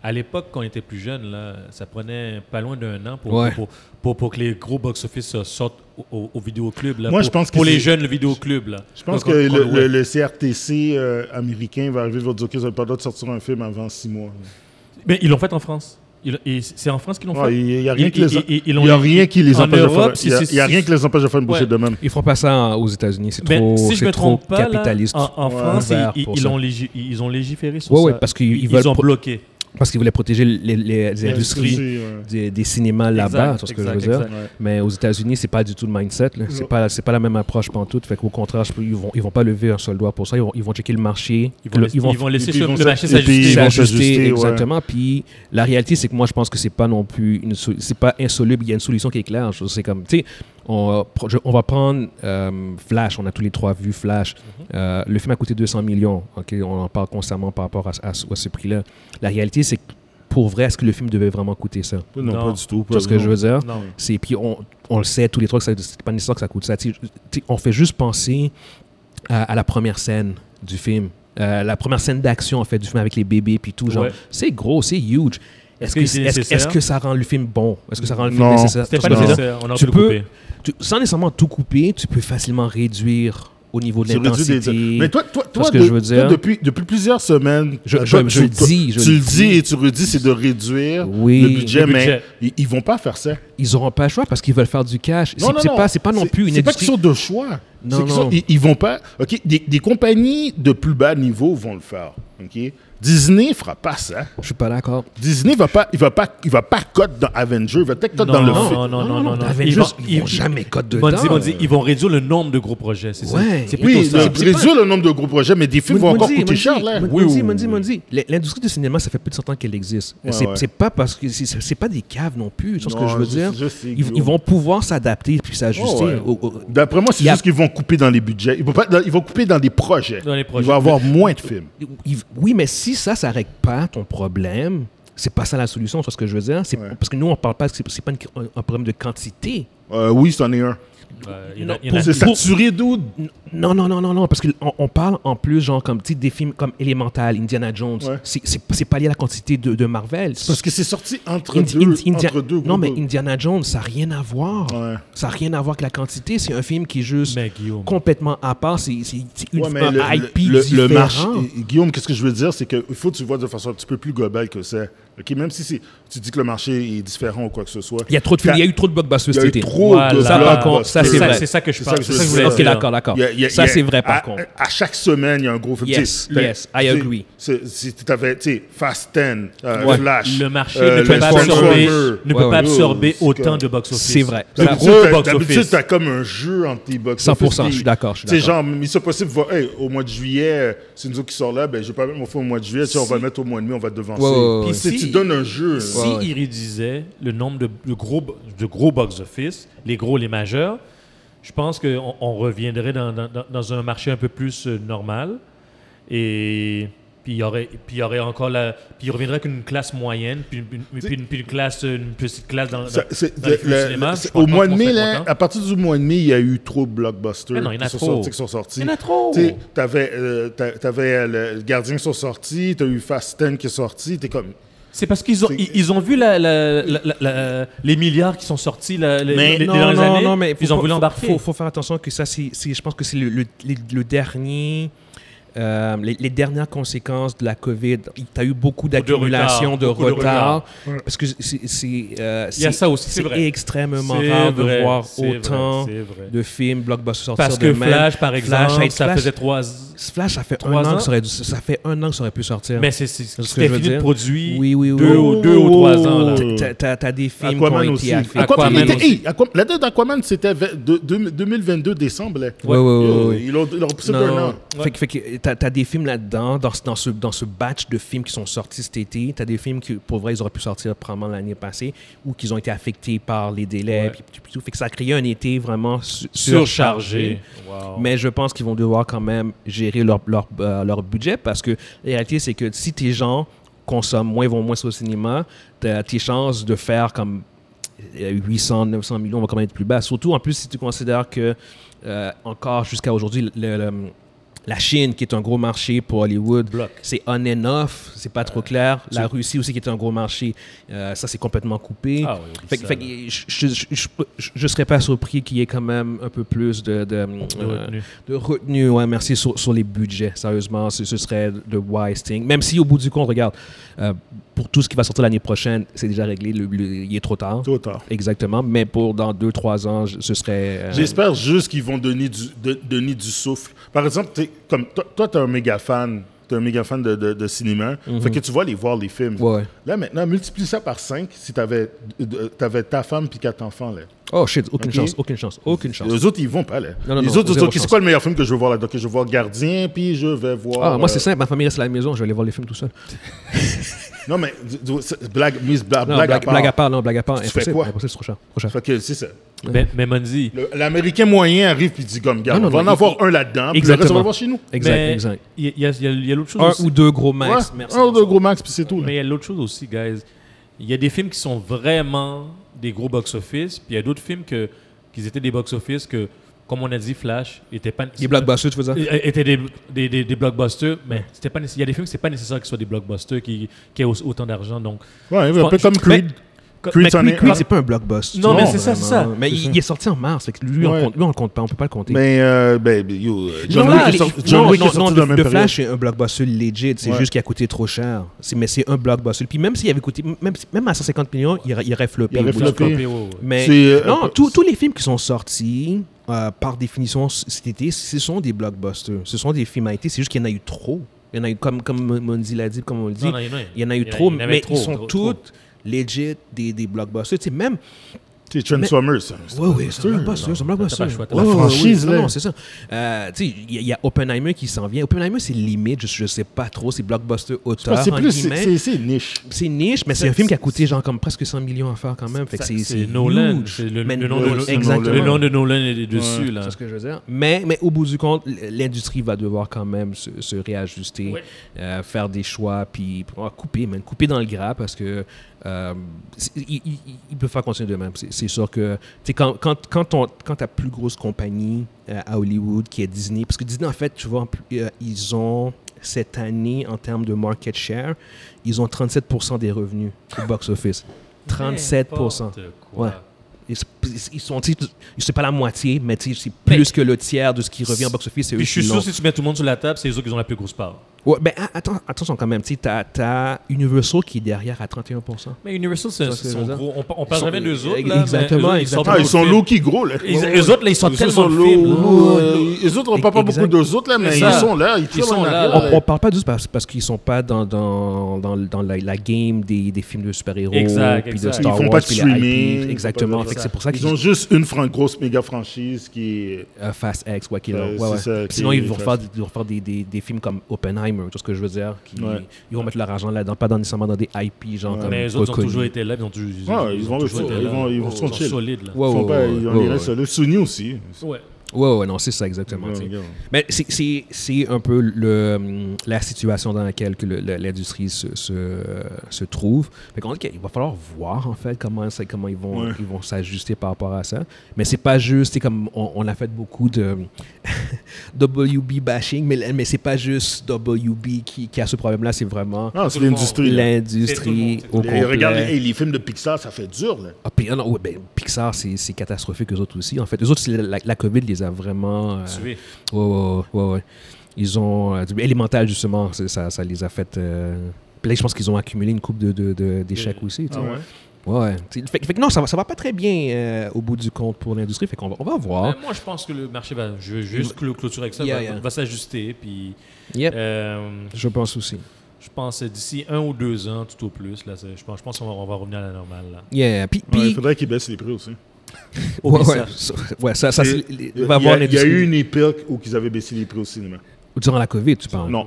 S3: à l'époque, quand on était plus jeune, là, ça prenait pas loin d'un an pour,
S1: Ouais.
S3: pour, pour, pour que les gros box-office euh, sortent au, au, au vidéoclub. Là,
S2: Moi,
S3: pour,
S2: je pense que
S3: pour les
S2: c'est-
S3: jeunes, le vidéoclub. Là.
S2: Je pense
S3: Qu'on-
S2: que le,
S3: qu'on-
S2: le-
S3: ouais.
S2: le CRTC euh, américain va arriver et va dire qu'ils n'ont pas le droit de sortir un film avant six mois.
S3: Mais ils l'ont fait en France. Ils- et c'est en France qu'ils l'ont
S2: Ouais,
S3: fait.
S2: Ah, Il n'y a rien
S3: Ils-
S2: qui les,
S3: ils- ils- ils l'ont-
S2: il y a rien qui les
S3: en
S2: empêche de faire.
S3: Europe, si-
S2: Il y a-
S3: si-
S2: Il n'y a
S3: si-
S2: rien qui les empêche de faire une bouchée
S3: Ouais.
S2: de même.
S1: Ils font pas ça en- aux États-Unis, c'est
S3: Mais
S1: trop,
S3: Ben, si je
S1: c'est
S3: me
S1: trop
S3: trompe pas, là,
S1: capitaliste.
S3: en, en
S2: Ouais.
S3: France, ils,
S1: Ouvert
S3: ils-
S1: pour
S3: ils
S1: ça.
S3: ont légi- ils ont légiféré sur
S1: Ouais,
S3: ça.
S1: ouais, parce qu'ils- ils
S3: ils,
S1: veulent
S3: ont
S1: pro-
S3: bloqué.
S1: Parce qu'ils voulaient protéger les, les- les industries
S2: L'industrie, ouais.
S1: des, des cinémas là-bas,
S3: Exact,
S1: c'est ce que
S3: exact,
S1: je veux dire.
S3: exact.
S2: Ouais.
S1: Mais aux États-Unis, c'est pas du tout le mindset. là. C'est
S2: Non.
S1: pas, c'est pas la même approche pantoute. Fait qu'au contraire, je peux- ils vont, ils vont pas lever un seul doigt pour ça. Ils vont, ils vont checker le marché.
S3: Ils vont,
S1: Le-
S3: laisser- ils vont laisser
S2: et puis
S3: sur-
S2: ils vont
S3: le marché
S2: s'ajuster.
S3: s'ajuster.
S2: Ils vont s'ajuster,
S1: s'ajuster
S2: ouais.
S1: exactement. Puis la réalité, c'est que moi, je pense que c'est pas non plus une sou- c'est pas insoluble. Il y a une solution qui est claire. Je- C'est comme, tu sais, on, euh, pro- je- on va prendre euh, Flash. On a tous les trois vu Flash.
S2: Mm-hmm.
S1: Euh, le film a coûté 200 millions. Ok, on en parle constamment par rapport à, à ce- à ce prix-là. La réalité, c'est que pour vrai, est-ce que le film devait vraiment coûter ça
S2: Non,
S3: Non.
S2: pas du tout.
S1: Tu vois ce que je veux dire
S3: Non.
S1: c'est puis on, on le sait tous les trois que ça- c'est pas nécessaire que ça coûte ça. Tu sais, tu sais, on fait juste penser à, à la première scène du film, Euh, la première scène d'action en fait du film avec les bébés puis tout genre.
S3: Ouais.
S1: C'est gros, c'est huge. Est-ce
S3: Est-ce que
S1: que,
S3: c'est
S1: est-ce-
S3: nécessaire?
S1: est-ce que ça rend le film bon Est-ce que ça rend le film
S2: Non.
S1: nécessaire
S3: C'était
S1: Tu vois
S3: pas
S1: ce que je veux dire?
S3: nécessaire. On a
S1: Tu
S3: pu le
S1: peux-
S3: couper.
S1: Tu- sans nécessairement tout couper, tu peux facilement réduire au niveau de
S2: Tu réduis
S1: l'intensité.
S2: des- Mais toi, toi, toi,
S1: ce que
S2: de-
S1: je veux dire.
S2: toi, depuis, depuis plusieurs semaines,
S1: Je-
S2: toi,
S1: je-
S2: tu-
S1: je le
S2: toi,
S1: dis, je
S2: tu
S1: le
S2: le dis
S1: dis.
S2: et tu redis, c'est de réduire
S1: Oui.
S2: le budget,
S3: Le
S2: mais
S3: budget.
S2: ils, ils vont pas faire ça.
S1: Ils n'auront pas le choix parce qu'ils veulent faire du cash.
S2: Non,
S1: C'est-
S2: non,
S1: C'est
S2: non.
S1: pas, c'est pas non
S2: C'est-
S1: plus une
S2: C'est pas qu'ils
S1: industrie.
S2: sont de choix.
S1: Non,
S2: C'est
S1: non.
S2: qu'ils sont- ils, ils vont pas. Ok, des, des compagnies de plus bas niveau vont le faire. Ok, Disney fera pas ça.
S1: Je suis pas d'accord.
S2: Disney va pas, il va pas, il va pas cote dans Avenger, il va peut-être cote
S3: Non,
S2: dans le
S3: non,
S2: film.
S3: non, non, non, non, non.
S1: Avengers,
S3: Ils
S1: ils
S3: vont-
S1: vont,
S3: ils-
S1: jamais code
S3: Ils
S1: dedans.
S3: vont dire- ils vont dire- ils vont réduire le nombre de gros projets, c'est ça?
S1: Ouais.
S3: C'est plutôt
S2: Oui,
S3: ça.
S2: non,
S1: c'est
S2: réduire le nombre de gros projets, mais des films vont encore coûter cher, là.
S1: Mondi,
S3: Oui, oui,
S1: Mondi, Mondi,
S3: oui.
S1: Mondi. L- L'industrie du cinéma, ça fait plus de 100 ans qu'elle existe.
S2: Ouais,
S1: c'est
S2: ouais.
S1: c'est pas parce que c'est- c'est c'est pas des caves non plus. Tu vois ce
S2: Non,
S1: que je veux
S2: je-
S1: dire
S2: je sais,
S1: ils,
S2: Guillaume.
S1: ils vont pouvoir s'adapter puis s'ajuster.
S2: Ouais, ouais.
S1: au- au-
S2: D'après moi, c'est
S1: Il y a-
S2: juste qu'ils vont couper dans les budgets. Ils vont, pas, ils vont couper dans des projets.
S3: Dans les
S2: Ils
S3: projets.
S2: vont avoir moins de films.
S1: ils- oui, mais si ça, ça règle pas ton problème, c'est pas ça la solution. Tu vois ce que je veux dire C'est-
S2: Ouais.
S1: parce que nous, on parle pas, c'est c'est pas une- un, un problème de quantité.
S2: Euh, oui, c'en est un.
S3: Euh, il y en a-
S1: Non,
S3: il y en a-
S2: C'est saturé, d'où
S1: Non, non, non, non, non, parce qu'on on parle en plus, genre, comme tu sais, des films comme Elemental, Indiana Jones.
S2: Ouais.
S1: C'est- C'est c'est pas lié à la quantité de, de Marvel.
S2: Parce que c'est sorti entre
S1: Indi-
S2: deux,
S1: Indi- India-
S2: entre deux
S1: non,
S2: groupes.
S1: mais Indiana Jones, ça n'a rien à voir.
S2: Ouais.
S1: Ça n'a rien à voir avec la quantité. C'est un film qui est juste
S3: Mais Guillaume.
S1: complètement à part. C'est c'est- c'est une
S2: Ouais, mais
S1: un
S2: le,
S1: IP
S2: le- le- le
S1: différent.
S2: marché- et- et Guillaume, qu'est-ce que je veux dire, c'est qu'il faut que tu vois de façon un petit peu plus globale que ça. Ok, Même si c'est- tu dis que le marché est différent ou quoi que ce soit.
S1: Il y a trop de films.
S2: Quand-
S1: Il y a eu trop de blockbusters
S2: il y
S1: cet
S2: a eu
S1: été.
S2: trop de
S3: Voilà. Ça, par
S1: contre, ça,
S2: blockbusters.
S1: c'est vrai.
S3: C'est ça que je
S2: C'est
S3: parle.
S2: ça que
S3: C'est
S2: je
S3: ça que je
S2: veux
S3: voulais
S2: dire.
S1: Ok,
S3: dire.
S1: d'accord, d'accord.
S2: Il y a- il y a-
S1: Ça,
S2: il y a-
S1: c'est vrai,
S2: à-
S1: par contre.
S2: À chaque semaine, il y a un gros film.
S1: Yes,
S2: Tu sais,
S1: yes, I
S2: le- tu sais,
S1: agree.
S2: c'est- Si tu avais, tu sais, Fast 10, euh,
S1: Ouais.
S2: Flash.
S3: Le marché
S2: euh,
S3: ne peut
S2: le
S3: pas
S1: Transformer.
S3: absorber,
S2: Transformer.
S3: ne peut
S1: Ouais,
S3: pas
S1: ouais.
S3: absorber
S2: Oh,
S3: autant
S2: c'est
S3: de box-office.
S1: C'est vrai.
S3: De
S1: Ça-
S3: gros
S2: D'habitude, t'as- D'habitude,
S3: box-office.
S2: t'as comme un jeu entre tes box
S1: 100%, je suis d'accord, je suis
S2: C'est
S1: d'accord.
S2: genre, Mission Possible va, hey, au mois de juillet, euh, c'est nous autres qui sort là, ben, je vais pas même, on fait au mois de juillet, tu sais, on va le mettre au mois de mai, on va devancer.
S1: Ouais, ouais, ouais,
S2: Tu sais,
S3: ouais.
S2: tu donnes un jeu.
S3: Si
S1: Ouais, ouais.
S3: il réduisait le nombre de, de gros, bo- de gros box-office, les gros, les majeurs, je pense qu'on on reviendrait dans, dans- dans- dans un marché un peu plus euh, normal. Et puis il y aurait, puis il y aurait encore la, puis il reviendrait qu'une classe moyenne, puis une, une- puis une- puis une classe, une petite classe dans, dans,
S2: Ça, c'est-
S3: dans les films
S2: le-
S3: de cinéma.
S2: le-
S3: Je
S2: c'est-
S3: pense
S2: au
S3: qu'on
S2: mois de
S3: serait
S2: mai, là,
S3: content.
S2: à partir du mois de mai, il y a eu trop de blockbusters
S3: Mais non, il y en a
S2: qui, sont
S3: trop.
S2: sortis, qui sont sortis.
S3: Il y en a trop.
S2: Tu sais, t'avais, euh, t'a- t'avais, euh, le Gardien qui sont sortis, t'as eu Fast 10 qui est sorti, t'es comme...
S3: C'est parce qu'ils ont,
S2: C'est-
S3: ils, ils ont vu la, la- la- la- la- les milliards qui sont sortis la, les,
S2: Mais
S3: les-
S1: Non,
S3: dans les
S1: non,
S3: années.
S1: non, mais
S3: ils
S1: faut
S3: ont
S1: pas-
S3: voulu
S1: faut-
S3: embarquer.
S1: Faut, faut faire attention que ça, c'est, c'est- je pense que c'est le, le- le- le dernier. euh, les, les dernières conséquences de la COVID, tu as eu beaucoup d'accumulation, de
S3: retard, beaucoup
S1: retard,
S3: de retard.
S1: parce que c'est, c'est, euh,
S3: Il y
S1: c'est-
S3: a ça aussi,
S1: c'est
S3: c'est vrai.
S1: extrêmement
S3: C'est
S1: rare
S3: vrai,
S1: de voir
S3: c'est vrai,
S1: autant
S3: c'est vrai.
S1: de films blockbusters sortir
S3: Parce
S1: de
S3: que
S1: même.
S3: Flash, par exemple,
S1: Flash, hey,
S3: ça
S1: Flash-
S3: faisait trois.
S1: Flash, ça fait
S3: Trois
S1: un
S3: ans.
S1: an que ça aurait dû- ça fait un an que ça aurait pu sortir.
S3: Mais c'est- c'est-
S1: ce que
S3: c'était
S1: je veux
S3: fini de
S1: dire.
S3: produit
S1: Oui, oui, oui.
S3: deux,
S1: Oh,
S3: ou, deux ou
S2: oh,
S3: trois ans. Là.
S2: oh.
S1: T'as- t'as, t'as des films qui
S2: Aquaman
S1: ont
S2: aussi.
S1: été affaits.
S2: Aquaman,
S3: Aquaman
S2: était-
S3: aussi.
S2: hey, Aquam- la date d'Aquaman, c'était ve- de- de- 2022 décembre. là.
S1: Ouais, ouais, ouais,
S2: Yo,
S1: ouais.
S2: Ils l'ont ils l'ont repoussé
S1: Non,
S2: d'un an.
S1: Fait, que- fait que t'as as des films là-dedans, dans, ce- dans, ce, dans ce batch de films qui sont sortis cet été. T'as des films qui, pour vrai, ils auraient pu sortir probablement l'année passée ou qu'ils ont été affectés par les délais.
S3: Ouais.
S1: puis- puis tout. Fait que ça a créé un été vraiment su-
S3: Surchargé. Wow.
S1: Mais je pense qu'ils vont devoir quand même gérer leur, leur, euh, leur budget parce que la réalité, c'est que si tes gens consomment moins, vont moins sur le cinéma, t'as- tes chances de faire comme euh, 800, 900 millions vont quand même être plus bas. Surtout, en plus, si tu considères que euh, encore jusqu'à aujourd'hui, le- le- la Chine, qui est un gros marché pour Hollywood,
S3: Bloc. Euh,
S1: c'est on and off, c'est pas trop clair. La Russie aussi, qui est un gros marché, euh, ça, c'est complètement coupé.
S3: Ah oui, oublie
S1: Fait que-
S3: ça,
S1: fait
S3: là.
S1: que je, je, je- je- je- je serais pas surpris qu'il y ait quand même un peu plus de, de, euh,
S3: retenue.
S1: de retenue, ouais, merci, sur, sur les budgets. Sérieusement, ce, ce serait le wise thing. Même si, au bout du compte, regarde, euh, pour tout ce qui va sortir l'année prochaine, c'est déjà réglé, le- le- il est trop tard.
S2: Trop tard.
S1: Exactement, mais pour dans 2-3 ans, je- ce serait. euh,
S2: J'espère juste qu'ils vont donner du, de- donner du souffle. Par exemple, t'es- comme toi- toi, tu es un méga fan. Tu un méga fan de, de- de cinéma. Fait que tu vas aller voir les films.
S1: Mm-hmm. Ouais, ouais.
S2: Là, maintenant, multiplie ça par 5 si tu avais, ta femme puis quatre enfants. Là.
S1: Oh shit, aucune
S2: Ok.
S1: chance, aucune chance, aucune chance.
S2: Les autres, ils vont pas. Là.
S1: Non, non,
S2: les
S1: non,
S2: autres, ils
S1: zéro
S2: sont- c'est
S1: chance.
S2: quoi le meilleur film que je veux voir là? Donc, je vais voir Gardien, puis je vais voir.
S1: Ah, moi, c'est
S2: euh,
S1: simple, ma famille reste à la maison, je vais aller voir les films tout seul.
S2: Non, mais du- du- c'est- blague, mise bla-
S1: Non,
S2: blague, à
S1: blague,
S2: part.
S1: blague à part, non, blague à part.
S2: Tu fais
S1: impossible,
S2: quoi?
S1: impossible, c'est trop cher. Trop cher.
S2: Fait que c'est ça.
S3: Mais, mais Monzi,
S2: Le- L'Américain moyen arrive puis dit comme, gars,
S1: Non, non,
S2: on va
S1: non,
S2: en
S1: il-
S2: avoir un là-dedans, puis le reste, on va
S1: Exactement.
S2: le voir chez nous.
S1: Exact,
S3: mais
S1: exact.
S3: Il y a- il y a, il y a- il y a l'autre chose
S1: Un
S3: aussi.
S1: ou deux gros max,
S2: Ouais,
S1: merci.
S2: un ou deux gros max, puis c'est tout. là.
S3: Mais il y a l'autre chose aussi, guys. Il y a des films qui sont vraiment des gros box-office, puis il y a d'autres films que, qui étaient des box-office que, comme on a dit, Flash, était pas...
S1: Des blockbusters, tu veux dire?
S3: é- étaient des, des, des, des blockbusters, mais c'était pas, nécess- il y a des films que c'est pas nécessaire qu'ils soient des blockbusters, qui, qui aient au- autant d'argent, donc...
S2: Ouais, un peu
S3: Je-
S2: comme
S3: mais-
S2: Creed.
S3: co-
S2: Creed,
S3: mais
S2: c'en est
S3: Creed,
S2: un.
S1: c'est pas un blockbuster.
S3: Non,
S2: mais c'est
S3: ça, c'est
S1: vraiment.
S3: ça.
S1: Mais il, il est sorti en mars, fait que lui,
S2: Ouais.
S1: on compte, lui, on le compte pas, on peut pas le compter.
S2: Mais, euh, ben, yo, euh, John
S1: non,
S2: Wick
S1: là,
S2: est
S1: les-
S2: sorti-
S1: non,
S2: John Wick
S1: non,
S2: est sorti
S1: non,
S2: dans la
S1: de-
S2: même
S1: de
S2: période.
S1: Flash est un blockbuster legit, c'est
S2: Ouais.
S1: juste qu'il a coûté trop cher. C'est- mais c'est un blockbuster. Puis même s'il avait coûté, même, si- même à 150 millions, il, aurait- il aurait floppé.
S2: Il aurait
S1: au bout du
S2: floppé.
S1: compte.
S3: Copé, ouais, ouais.
S1: Mais
S2: C'est, euh,
S1: non,
S2: euh,
S1: tous tous les films qui sont sortis, euh, par définition, c- cet été, ce sont des blockbusters. Ce sont des films à été, c'est juste qu'il y en a eu trop. Il y en a eu, comme, comme Mondi l'a dit, comme on le dit,
S3: Non, non, il y en a eu.
S1: il y en a eu
S3: Il y en a-
S1: trop,
S3: il y en avait
S1: mais
S3: trop,
S1: ils sont
S3: trop, trop.
S1: toutes legit des, des blockbusters. Tu sais, même,
S2: C'est Transformers. ça.
S1: oui, oui, c'est un blockbuster, c'est un blockbuster.
S3: pas le choix, t'as
S1: Ouais,
S2: la
S1: ouais,
S2: franchise,
S1: ouais,
S2: là.
S1: Non, c'est ça. Euh, tu sais, il y, a- il y a Oppenheimer qui s'en vient. Oppenheimer, c'est limite, je, je sais pas trop, c'est blockbuster auteur,
S2: C'est
S1: entre
S2: plus, c'est-
S1: guillemets.
S2: c'est c'est niche.
S1: C'est niche, mais c'est
S3: C'est-
S1: un film qui a coûté genre comme presque 100 millions à faire quand même. Fait que
S3: Ça,
S1: c'est
S3: c'est
S1: c'est
S3: Nolan.
S1: huge.
S3: C'est Le,
S1: Mais-
S3: le nom de, Nolan-
S1: exactement.
S3: le nom de Nolan est dessus. là.
S1: C'est ce que je veux dire. Mais, mais au bout du compte, l- l'industrie va devoir quand même se, se réajuster,
S3: Ouais.
S1: euh, faire des choix, puis oh, couper, man, couper dans le gras parce que euh, c'est- ils il, peuvent pas continuer de même. C'est c'est sûr que tu sais, quand, quand, quand, ton- quand ta plus grosse compagnie euh, à Hollywood, qui est Disney, parce que Disney, en fait, tu vois, en plus, euh, ils ont cette année, en termes de market share, ils ont 37% des revenus au box-office. 37%.
S3: N'importe quoi.
S1: Ouais. Ils, ils sont, tu sais, c'est pas la moitié, mais tu sais, c'est plus
S3: Mais-
S1: que le tiers de ce qui revient au box-office. c'est eux
S3: Puis je suis
S1: qui
S3: sûr,
S1: l'ont.
S3: si tu mets tout le monde sur la table, c'est eux qui ont la plus grosse part.
S1: Ouais, ben, a- attends, attention quand même. Tu sais, t'as, t'as Universal qui est derrière à 31%.
S3: Mais Universal,
S1: Tu
S3: c'est
S1: vois ce que
S3: c'est
S1: je veux
S3: son
S1: dire?
S3: gros. On, on
S1: Ils
S3: parle
S1: sont-
S3: jamais d'eux autres.
S1: Exactement,
S3: Là, mais eux autres,
S1: exactement.
S2: Ah, ils sont
S3: lourds.
S2: low qui gros, là.
S3: Ils, eux autres, là, ils sont
S2: Ils
S3: tellement
S2: sont
S3: de
S2: low,
S3: films. là.
S2: low, euh, Les autres, on parle pas
S1: Exact.
S2: beaucoup d'eux autres, là, mais
S3: C'est
S2: ils
S3: ça.
S2: sont là. Ils,
S3: Ils sont là,
S2: Ah
S1: On,
S3: là.
S1: on parle pas juste parce, parce qu'ils sont pas dans, dans, dans, dans la, la game des, des films de super-héros,
S3: Exact,
S1: puis de
S3: exact.
S1: Star
S2: Ils font
S1: Wars,
S2: pas de
S1: puis la
S2: streaming, ils
S1: IP,
S2: font
S1: exactement.
S2: pas de-
S1: Fait que c'est pour ça
S2: Ils
S1: qu'ils
S2: ont
S1: ont
S2: juste une fran- grosse méga franchise qui est.
S1: Fast X, quoi qu'il
S2: Euh,
S1: en ouais,
S2: c'est
S1: ouais.
S2: ça, qui-
S1: Sinon, ils vont
S2: Fast-
S1: refaire, ils vont refaire des, des, des films comme Oppenheimer, tout ce que je veux dire. qui-
S2: Ouais.
S1: Ils vont mettre leur argent là-dedans, pas dans- nécessairement dans des IP, genre comme
S3: Mais eux autres, ils ont
S1: reconnus.
S3: toujours été là. Ils ont toujours ils ont
S2: Ouais, ils vont-
S3: toujours
S2: ils
S3: été
S2: vont-
S3: là.
S2: ils vont- ils vont-
S3: sont
S2: sont chill.
S3: solides. là.
S1: Ouais,
S2: ils font
S1: ouais,
S2: pas,
S1: ouais,
S2: ils en
S1: ouais,
S2: iraient
S1: ouais.
S2: seuls. Le Sunny aussi.
S3: Ouais.
S1: Ouais, ouais, non, c'est ça exactement.
S2: Ouais,
S1: tu sais.
S2: regarde.
S1: Mais c'est- c'est c'est un peu le, hum, la situation dans laquelle que le- le- l'industrie se, se, se trouve. Fait qu'on- ok, il va falloir voir en fait comment, ça- comment ils vont
S2: Ouais.
S1: ils vont s'ajuster par rapport à ça. Mais c'est pas juste, c'est comme on, on a fait beaucoup de WB bashing, mais, mais c'est pas juste WB qui, qui a ce problème-là, c'est vraiment
S2: Ah, c'est
S3: Tout le monde.
S2: l'industrie. là.
S3: C'est tout le monde,
S1: l'industrie
S3: c'est tout
S1: au
S3: le
S2: Et
S1: complet.
S2: Regarde, hey, les films de Pixar, ça fait dur, là.
S1: Ah, puis, ah non, ouais, ben, Pixar, c'est c'est catastrophique, eux autres aussi. En fait, eux autres, c'est la, la- la COVID les a vraiment... euh,
S3: Tués.
S1: Ouais, ouais, ouais, ouais, ouais. Ils ont. euh, du- Élémental, justement, c'est- ça, ça les a fait. euh, puis là, je pense qu'ils ont accumulé une coupe de, de- de- d'échecs aussi.
S2: Ah
S1: tu sais. ouais. ouais. Tu sais, Fait, fait que non, ça va, ça va pas très bien euh, au bout du compte pour l'industrie. Fait qu'on va, on va voir.
S3: Mais Euh, Moi, je pense que le marché va. Je vais juste clo- clôturer avec ça.
S1: Yeah,
S3: va-
S1: yeah.
S3: Va s'ajuster. Puis.
S1: Yep.
S3: euh,
S1: Je pense aussi.
S3: Je pense euh, d'ici un ou deux ans, tout au plus, là, c'est- je pense, je pense qu'on va, on va revenir à la normale. Là.
S1: Yeah. Puis,
S2: Ouais,
S1: puis-
S2: il faudrait qu'ils baissent les prix aussi.
S1: ouais,
S3: oublie
S1: ouais, ça, ouais, ça, ça,
S2: Et-
S1: c'est-
S2: Il
S1: on va
S2: y,
S1: voir
S2: a- il y a
S1: l'industrie.
S2: eu une époque où ils avaient baissé les prix au cinéma.
S1: Durant la COVID, tu parles.
S2: Non.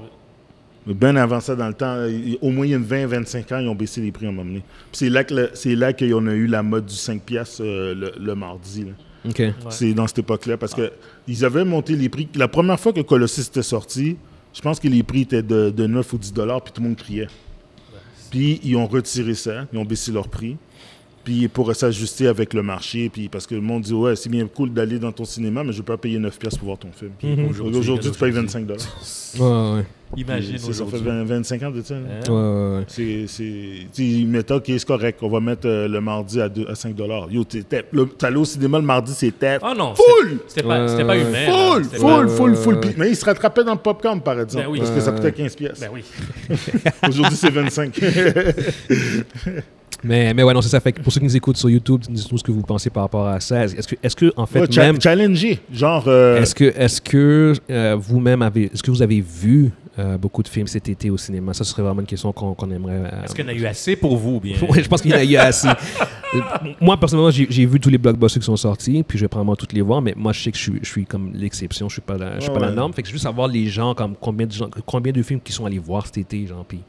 S2: Mais bien avant ça, dans le temps, il- au moins il y a une 20-25 ans, ils ont baissé les prix à un moment donné. Puis c'est là que le- c'est là qu'on a eu la mode du 5 piastres euh, le, le mardi. là.
S1: OK.
S3: Ouais.
S2: C'est dans cette époque-là parce que ils avaient monté les prix. La première fois que Colossus était sorti, je pense que les prix étaient de, de 9 ou 10 dollars, puis tout le monde criait. Puis ils ont retiré ça, ils ont baissé leur prix. Puis pour s'ajuster avec le marché, puis parce que le monde dit ouais, c'est bien cool d'aller dans ton cinéma, mais je vais pas payer 9 piastres pour voir ton film. Puis Aujourd'hui, tu payes 25 dollars.
S1: Ouais, ouais,
S3: Imagine
S2: Ça fait
S3: aujourd'hui.
S2: 20 25 ans de ça. là.
S3: Hein?
S1: ouais, ouais, ouais.
S2: C'est, c'est, tu sais, ils mettent, OK, c'est correct, on va mettre euh, le mardi à, deux- à 5 Yo, t'es- t'es- le- t'allais au cinéma le mardi, c'était
S3: Oh non,
S2: full!
S3: c'était- c'était pas, c'était pas
S1: Ouais.
S3: humain. là.
S2: Full,
S3: C'était
S2: full,
S3: pas-
S2: full, full.
S1: ouais,
S2: Puis- Mais ils se rattrapaient dans le popcorn, par exemple,
S3: Ben oui.
S2: parce que ça
S1: Ouais,
S2: coûtait 15 pièces.
S3: Ben oui.
S2: Aujourd'hui, c'est 25.
S1: Mais, mais ouais, non, c'est ça. Fait que pour ceux qui nous écoutent sur YouTube, dites-nous ce que vous pensez par rapport à ça. Est-ce que, est-ce que en fait,
S2: Ouais, cha-
S1: même.
S2: Challenger, genre... euh,
S1: Est-ce que, est-ce que euh, vous-même avez, est-ce que vous avez vu euh, beaucoup de films cet été au cinéma Ça ce serait vraiment une question qu'on qu'on aimerait. euh,
S3: Est-ce qu'on a eu assez pour vous, bien?
S1: Ouais, je pense qu'il y en a eu assez. Euh, moi, personnellement, j'ai j'ai vu tous les blockbusters qui sont sortis, puis je vais probablement toutes les voir, mais moi, je sais que je suis, je suis comme l'exception, je suis pas la, je suis
S2: Ouais,
S1: pas la
S2: ouais.
S1: norme. Fait que je veux savoir les gens, comme combien de, gens, combien de films qui sont allés voir cet été, genre, puis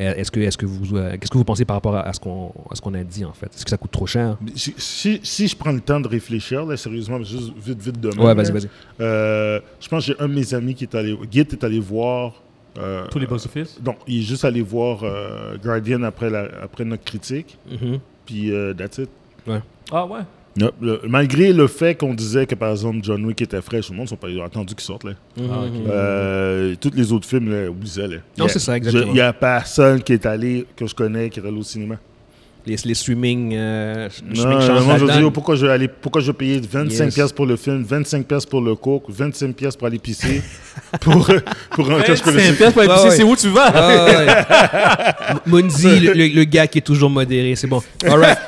S1: euh, est-ce que, est que vous, euh, qu'est-ce que vous pensez par rapport à, à ce qu'on à ce qu'on a dit, en fait Est-ce que ça coûte trop cher
S2: si, si- si je prends le temps de réfléchir, là, sérieusement, juste vite, vite demain.
S1: Ouais, vas-y,
S2: là,
S1: vas-y.
S2: euh, je pense que j'ai un de mes amis qui est allé... Guy est allé voir... euh,
S3: Tous les box-office?
S2: Donc, il est juste allé voir euh, Guardian après, la- après notre critique.
S1: Mhm.
S2: Puis, euh, that's it.
S3: Ah ouais?
S2: Yep. Le- malgré le fait qu'on disait que, par exemple, John Wick était frais, tout le monde n'a pas attendu qu'il sorte. Là.
S3: Ah, ok.
S2: Euh, tous les autres films, là, oubliez là.
S1: Non, c'est ça, exactement.
S2: Il n'y a personne qui est allé, que je connais, qui est allé au cinéma.
S1: Les, les streaming, euh,
S2: Non,
S1: streaming changent
S2: moi, je
S1: la
S2: dis,
S1: donne.
S2: oh, pourquoi je vais aller, pourquoi je vais payer 25
S1: Yes.
S2: pièces pour le film, 25 pièces pour le coke, 25 pièces pour aller pisser, pour, pour un cash
S3: C'est pièce pour
S1: Ouais,
S3: épicer,
S1: Ah, ouais.
S3: c'est où tu vas?
S2: Ah.
S1: Ah ouais. M- Mundi, le, le- le gars qui est toujours modéré, c'est bon. All right.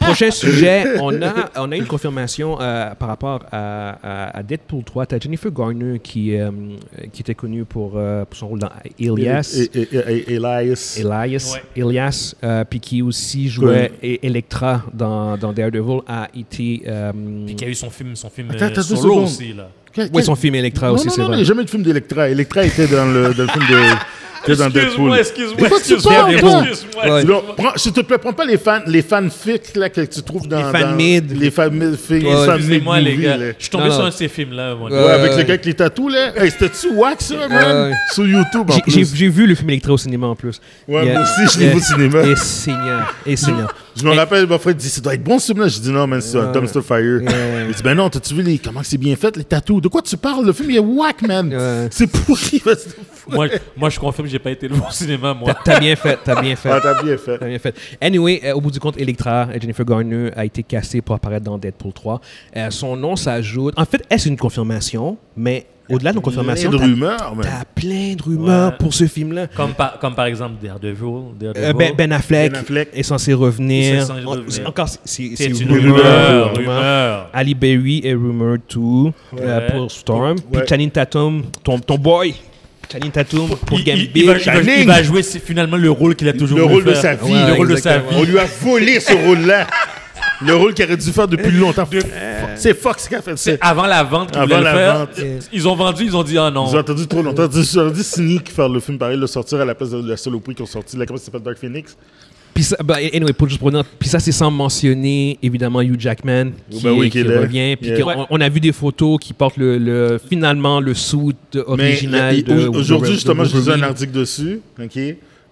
S1: prochain sujet, on a, on a une confirmation euh, par rapport à, à, à Deadpool 3. Tu as Jennifer Garner qui, euh, qui était connue pour, euh, pour son rôle dans Elias.
S2: Et- et- et- et- Elias.
S1: Elias, Elias euh, puis qui aussi jouait E- Electra dans, dans Daredevil à E.T. euh,
S3: Puis qui a eu son film, son film
S2: Attends,
S3: euh,
S2: attends deux
S3: solo
S2: secondes.
S3: aussi, là.
S2: Quel-
S1: ouais,
S2: quel-
S1: son film Electra
S2: Non,
S1: aussi,
S2: non,
S1: c'est
S2: non, il
S1: vrai.
S2: n'y a jamais eu de film d'Electra. Electra était dans le, dans le film de. était dans Deadpool.
S3: Excuse-moi, excuse-moi,
S2: Mais quoi que tu
S3: excuse-moi,
S2: parles, toi?
S1: Ouais.
S3: excuse-moi.
S2: Non, prends- S'il te plaît, prends pas les fans, les fanfics là, que tu trouves dans.
S1: Les fan
S2: dans-
S1: mid.
S2: Les fan mid. les
S1: Ouais.
S2: fan mid
S3: Excusez-moi, les
S2: movies,
S3: gars.
S2: là.
S3: Je suis tombé
S1: Non,
S3: sur
S1: non.
S3: un de ces films-là. moi.
S1: Ouais.
S2: Ouais, avec le gars avec les tatous, là. Hey, c'était-tu wack, ça, man?
S1: ouais.
S2: Sur YouTube, en
S1: J'ai- J'ai
S2: plus.
S1: j'ai vu le film Electra au cinéma en plus.
S2: Ouais,
S1: Il y a-
S2: moi aussi, je l'ai
S1: il y a-
S2: vu au cinéma.
S1: Et Seigneur, et Seigneur.
S2: Je me rappelle, mon frère dit, ça doit être bon, ce film-là. Je dis, non, man, c'est un
S1: Ouais.
S2: dumpster fire.
S1: Ouais.
S2: Il dit, ben non, t'as-tu vu les, comment c'est bien fait, les tatous? De quoi tu parles? Le film, il est wack, man.
S1: Ouais.
S2: C'est pourri. parce que-
S3: Moi, moi, je confirme, j'ai pas été le voir au cinéma, moi.
S1: T'as- T'as bien fait, t'as bien fait.
S2: Ah, t'as bien fait.
S1: T'as bien fait. Anyway, euh, au bout du compte, Electra, euh, Jennifer Garner a été cassée pour apparaître dans Deadpool 3. Euh, son nom s'ajoute. En fait, est-ce une confirmation Mais au-delà de nos confirmations,
S2: Plein de
S1: t'as-
S2: rumeurs, man.
S1: t'as plein de rumeurs
S3: Ouais.
S1: pour ce film-là.
S3: Comme par, comme par exemple Daredevil. Daredevil.
S1: Euh, ben, ben Affleck
S2: Ben Affleck.
S1: est censé revenir.
S3: Il est censé
S1: On-
S3: revenir.
S1: c'est- Encore, c'est- c'est
S3: C'est
S1: c'est
S3: une
S1: rumeur, rumeur.
S3: rumeur, rumeur.
S1: Ali Berry est rumored to euh,
S3: Ouais.
S1: pour Storm.
S2: Ouais.
S1: Puis Channing Tatum, ton, ton boy, Channing Tatum pour
S3: Il- il-
S1: Gambit.
S3: il, va, il va-
S2: Shining.
S3: il va jouer c'est finalement le rôle qu'il a toujours
S2: Le
S3: voulu
S2: rôle de
S3: faire.
S2: sa vie.
S3: le
S1: Ouais,
S3: rôle de sa
S1: exactement.
S3: vie.
S2: On lui a volé ce rôle-là. Le rôle qu'il aurait dû faire depuis longtemps. Fo- C'est Fox qui a fait ça.
S3: C'est avant la vente qu'ils
S2: Avant
S3: voulaient le
S2: la
S3: faire.
S2: vente.
S3: Ils ont vendu, ils ont dit ah non.
S2: J'ai entendu trop longtemps. J'ai entendu Cynique faire le film pareil, le sortir à la place de la saloperie qu'ils ont sorti. Là, comment ça s'appelle Dark Phoenix
S1: Puis ça, bah, anyway, pour juste pour dire- puis ça c'est sans mentionner évidemment Hugh Jackman qui,
S2: Ben oui,
S1: qui
S2: qui est là.
S1: revient. Puis
S2: Yeah.
S1: qu'on- on, a vu des photos qui portent le, le- finalement le suit original.
S2: Mais,
S1: de-
S2: au- Aujourd'hui,
S1: de-
S2: justement,
S1: de
S2: je lisais un
S1: Wolverine.
S2: article dessus. OK?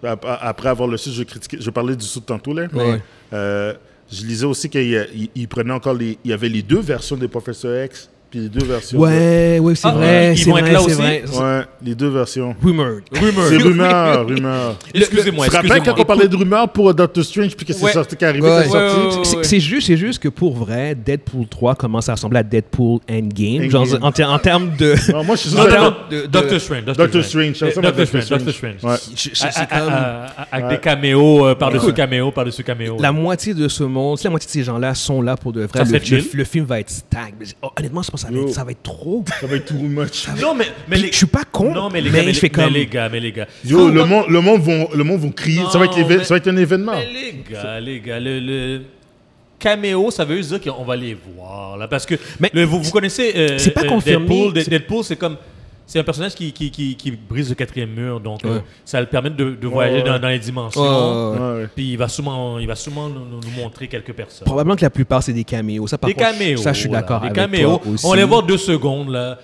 S2: Ap- Après avoir le su, je critiquais, je parlais du sou de tantôt. Là, mais,
S1: Ouais.
S2: euh, je lisais aussi qu'il y a- il- il prenait encore les. Il y avait les deux versions des Professeur X, puis les deux versions.
S1: Ouais, ouais, c'est
S3: Ah,
S1: vrai,
S3: ils
S1: c'est
S3: vont être
S1: vrai,
S3: là
S1: c'est
S3: aussi?
S1: vrai.
S2: de- Ouais, les deux versions.
S1: Rumored.
S2: C'est rumeur, rumeur.
S3: Excusez-moi,
S2: Tu te rappelles
S3: excusez-moi.
S2: quand on parlait de rumeurs pour euh, Doctor Strange, puis que c'est
S3: Ouais.
S2: sorti, qui est arrivé,
S1: Ouais.
S2: quand c'est
S3: Ouais,
S2: sorti?
S3: ouais, ouais.
S1: C'est- C'est juste, c'est juste que pour vrai, Deadpool 3 commence à ressembler à Deadpool Endgame,
S2: Endgame.
S1: genre en, ter- en termes de.
S2: Non, moi, je suis
S3: Non,
S2: sûr-
S3: non, non.
S1: de- de-
S3: Doctor Strange.
S2: Doctor Strange, hein, ça
S3: Euh,
S2: ressemble à
S3: Doctor
S2: Doctor
S3: Strange. Doctor
S2: Strange.
S3: Strange.
S2: Ouais.
S1: Je- je-
S3: À-
S1: c'est
S3: à-
S1: comme-
S3: à- à- Avec des caméos euh, par-dessus caméos, par-dessus caméos.
S1: La moitié de ce monde, si la moitié de ces gens-là sont là pour de vrai,
S3: Ça
S1: le,
S3: serait chill.
S1: le- le film va être stag. Mais oh, honnêtement, je pense que ça va,
S2: Yo.
S1: être, ça va être trop.
S2: Ça va être too much.
S3: Non, Ah, mais, mais
S1: Puis je suis pas con,
S3: Non, mais les
S1: mais
S3: gars, mais,
S1: je fais
S3: les- mais
S1: comme-
S3: les gars, mais les gars.
S2: Yo, le monde, le monde vont, le monde vont crier. ça, va être
S3: Non,
S2: l'éve-
S3: mais-
S2: ça va être un événement.
S1: Ah.
S3: Mais Eh, les gars, les gars, le, le caméo, ça veut juste dire qu'on va les voir là, parce que
S1: Mais
S3: le- vous, vous connaissez. euh,
S1: c'est pas
S3: euh,
S1: confirmé,
S3: Deadpool, De-
S1: c'est-
S3: Deadpool, c'est comme. C'est un personnage qui, qui, qui, qui brise le quatrième mur, donc euh,
S1: Ouais.
S3: ça le permet de, de voyager
S2: Ouais, ouais.
S3: dans, dans les dimensions.
S1: Ouais,
S2: ouais, ouais.
S3: Puis il va sûrement, il va sûrement nous, nous- nous montrer quelques personnes.
S1: Probablement que la plupart, c'est des caméos. Ça, par
S3: Des
S1: contre,
S3: caméos.
S1: Ça, je suis
S3: là,
S1: d'accord
S3: Des
S1: avec
S3: caméos.
S1: toi aussi.
S3: On les voit deux secondes, là.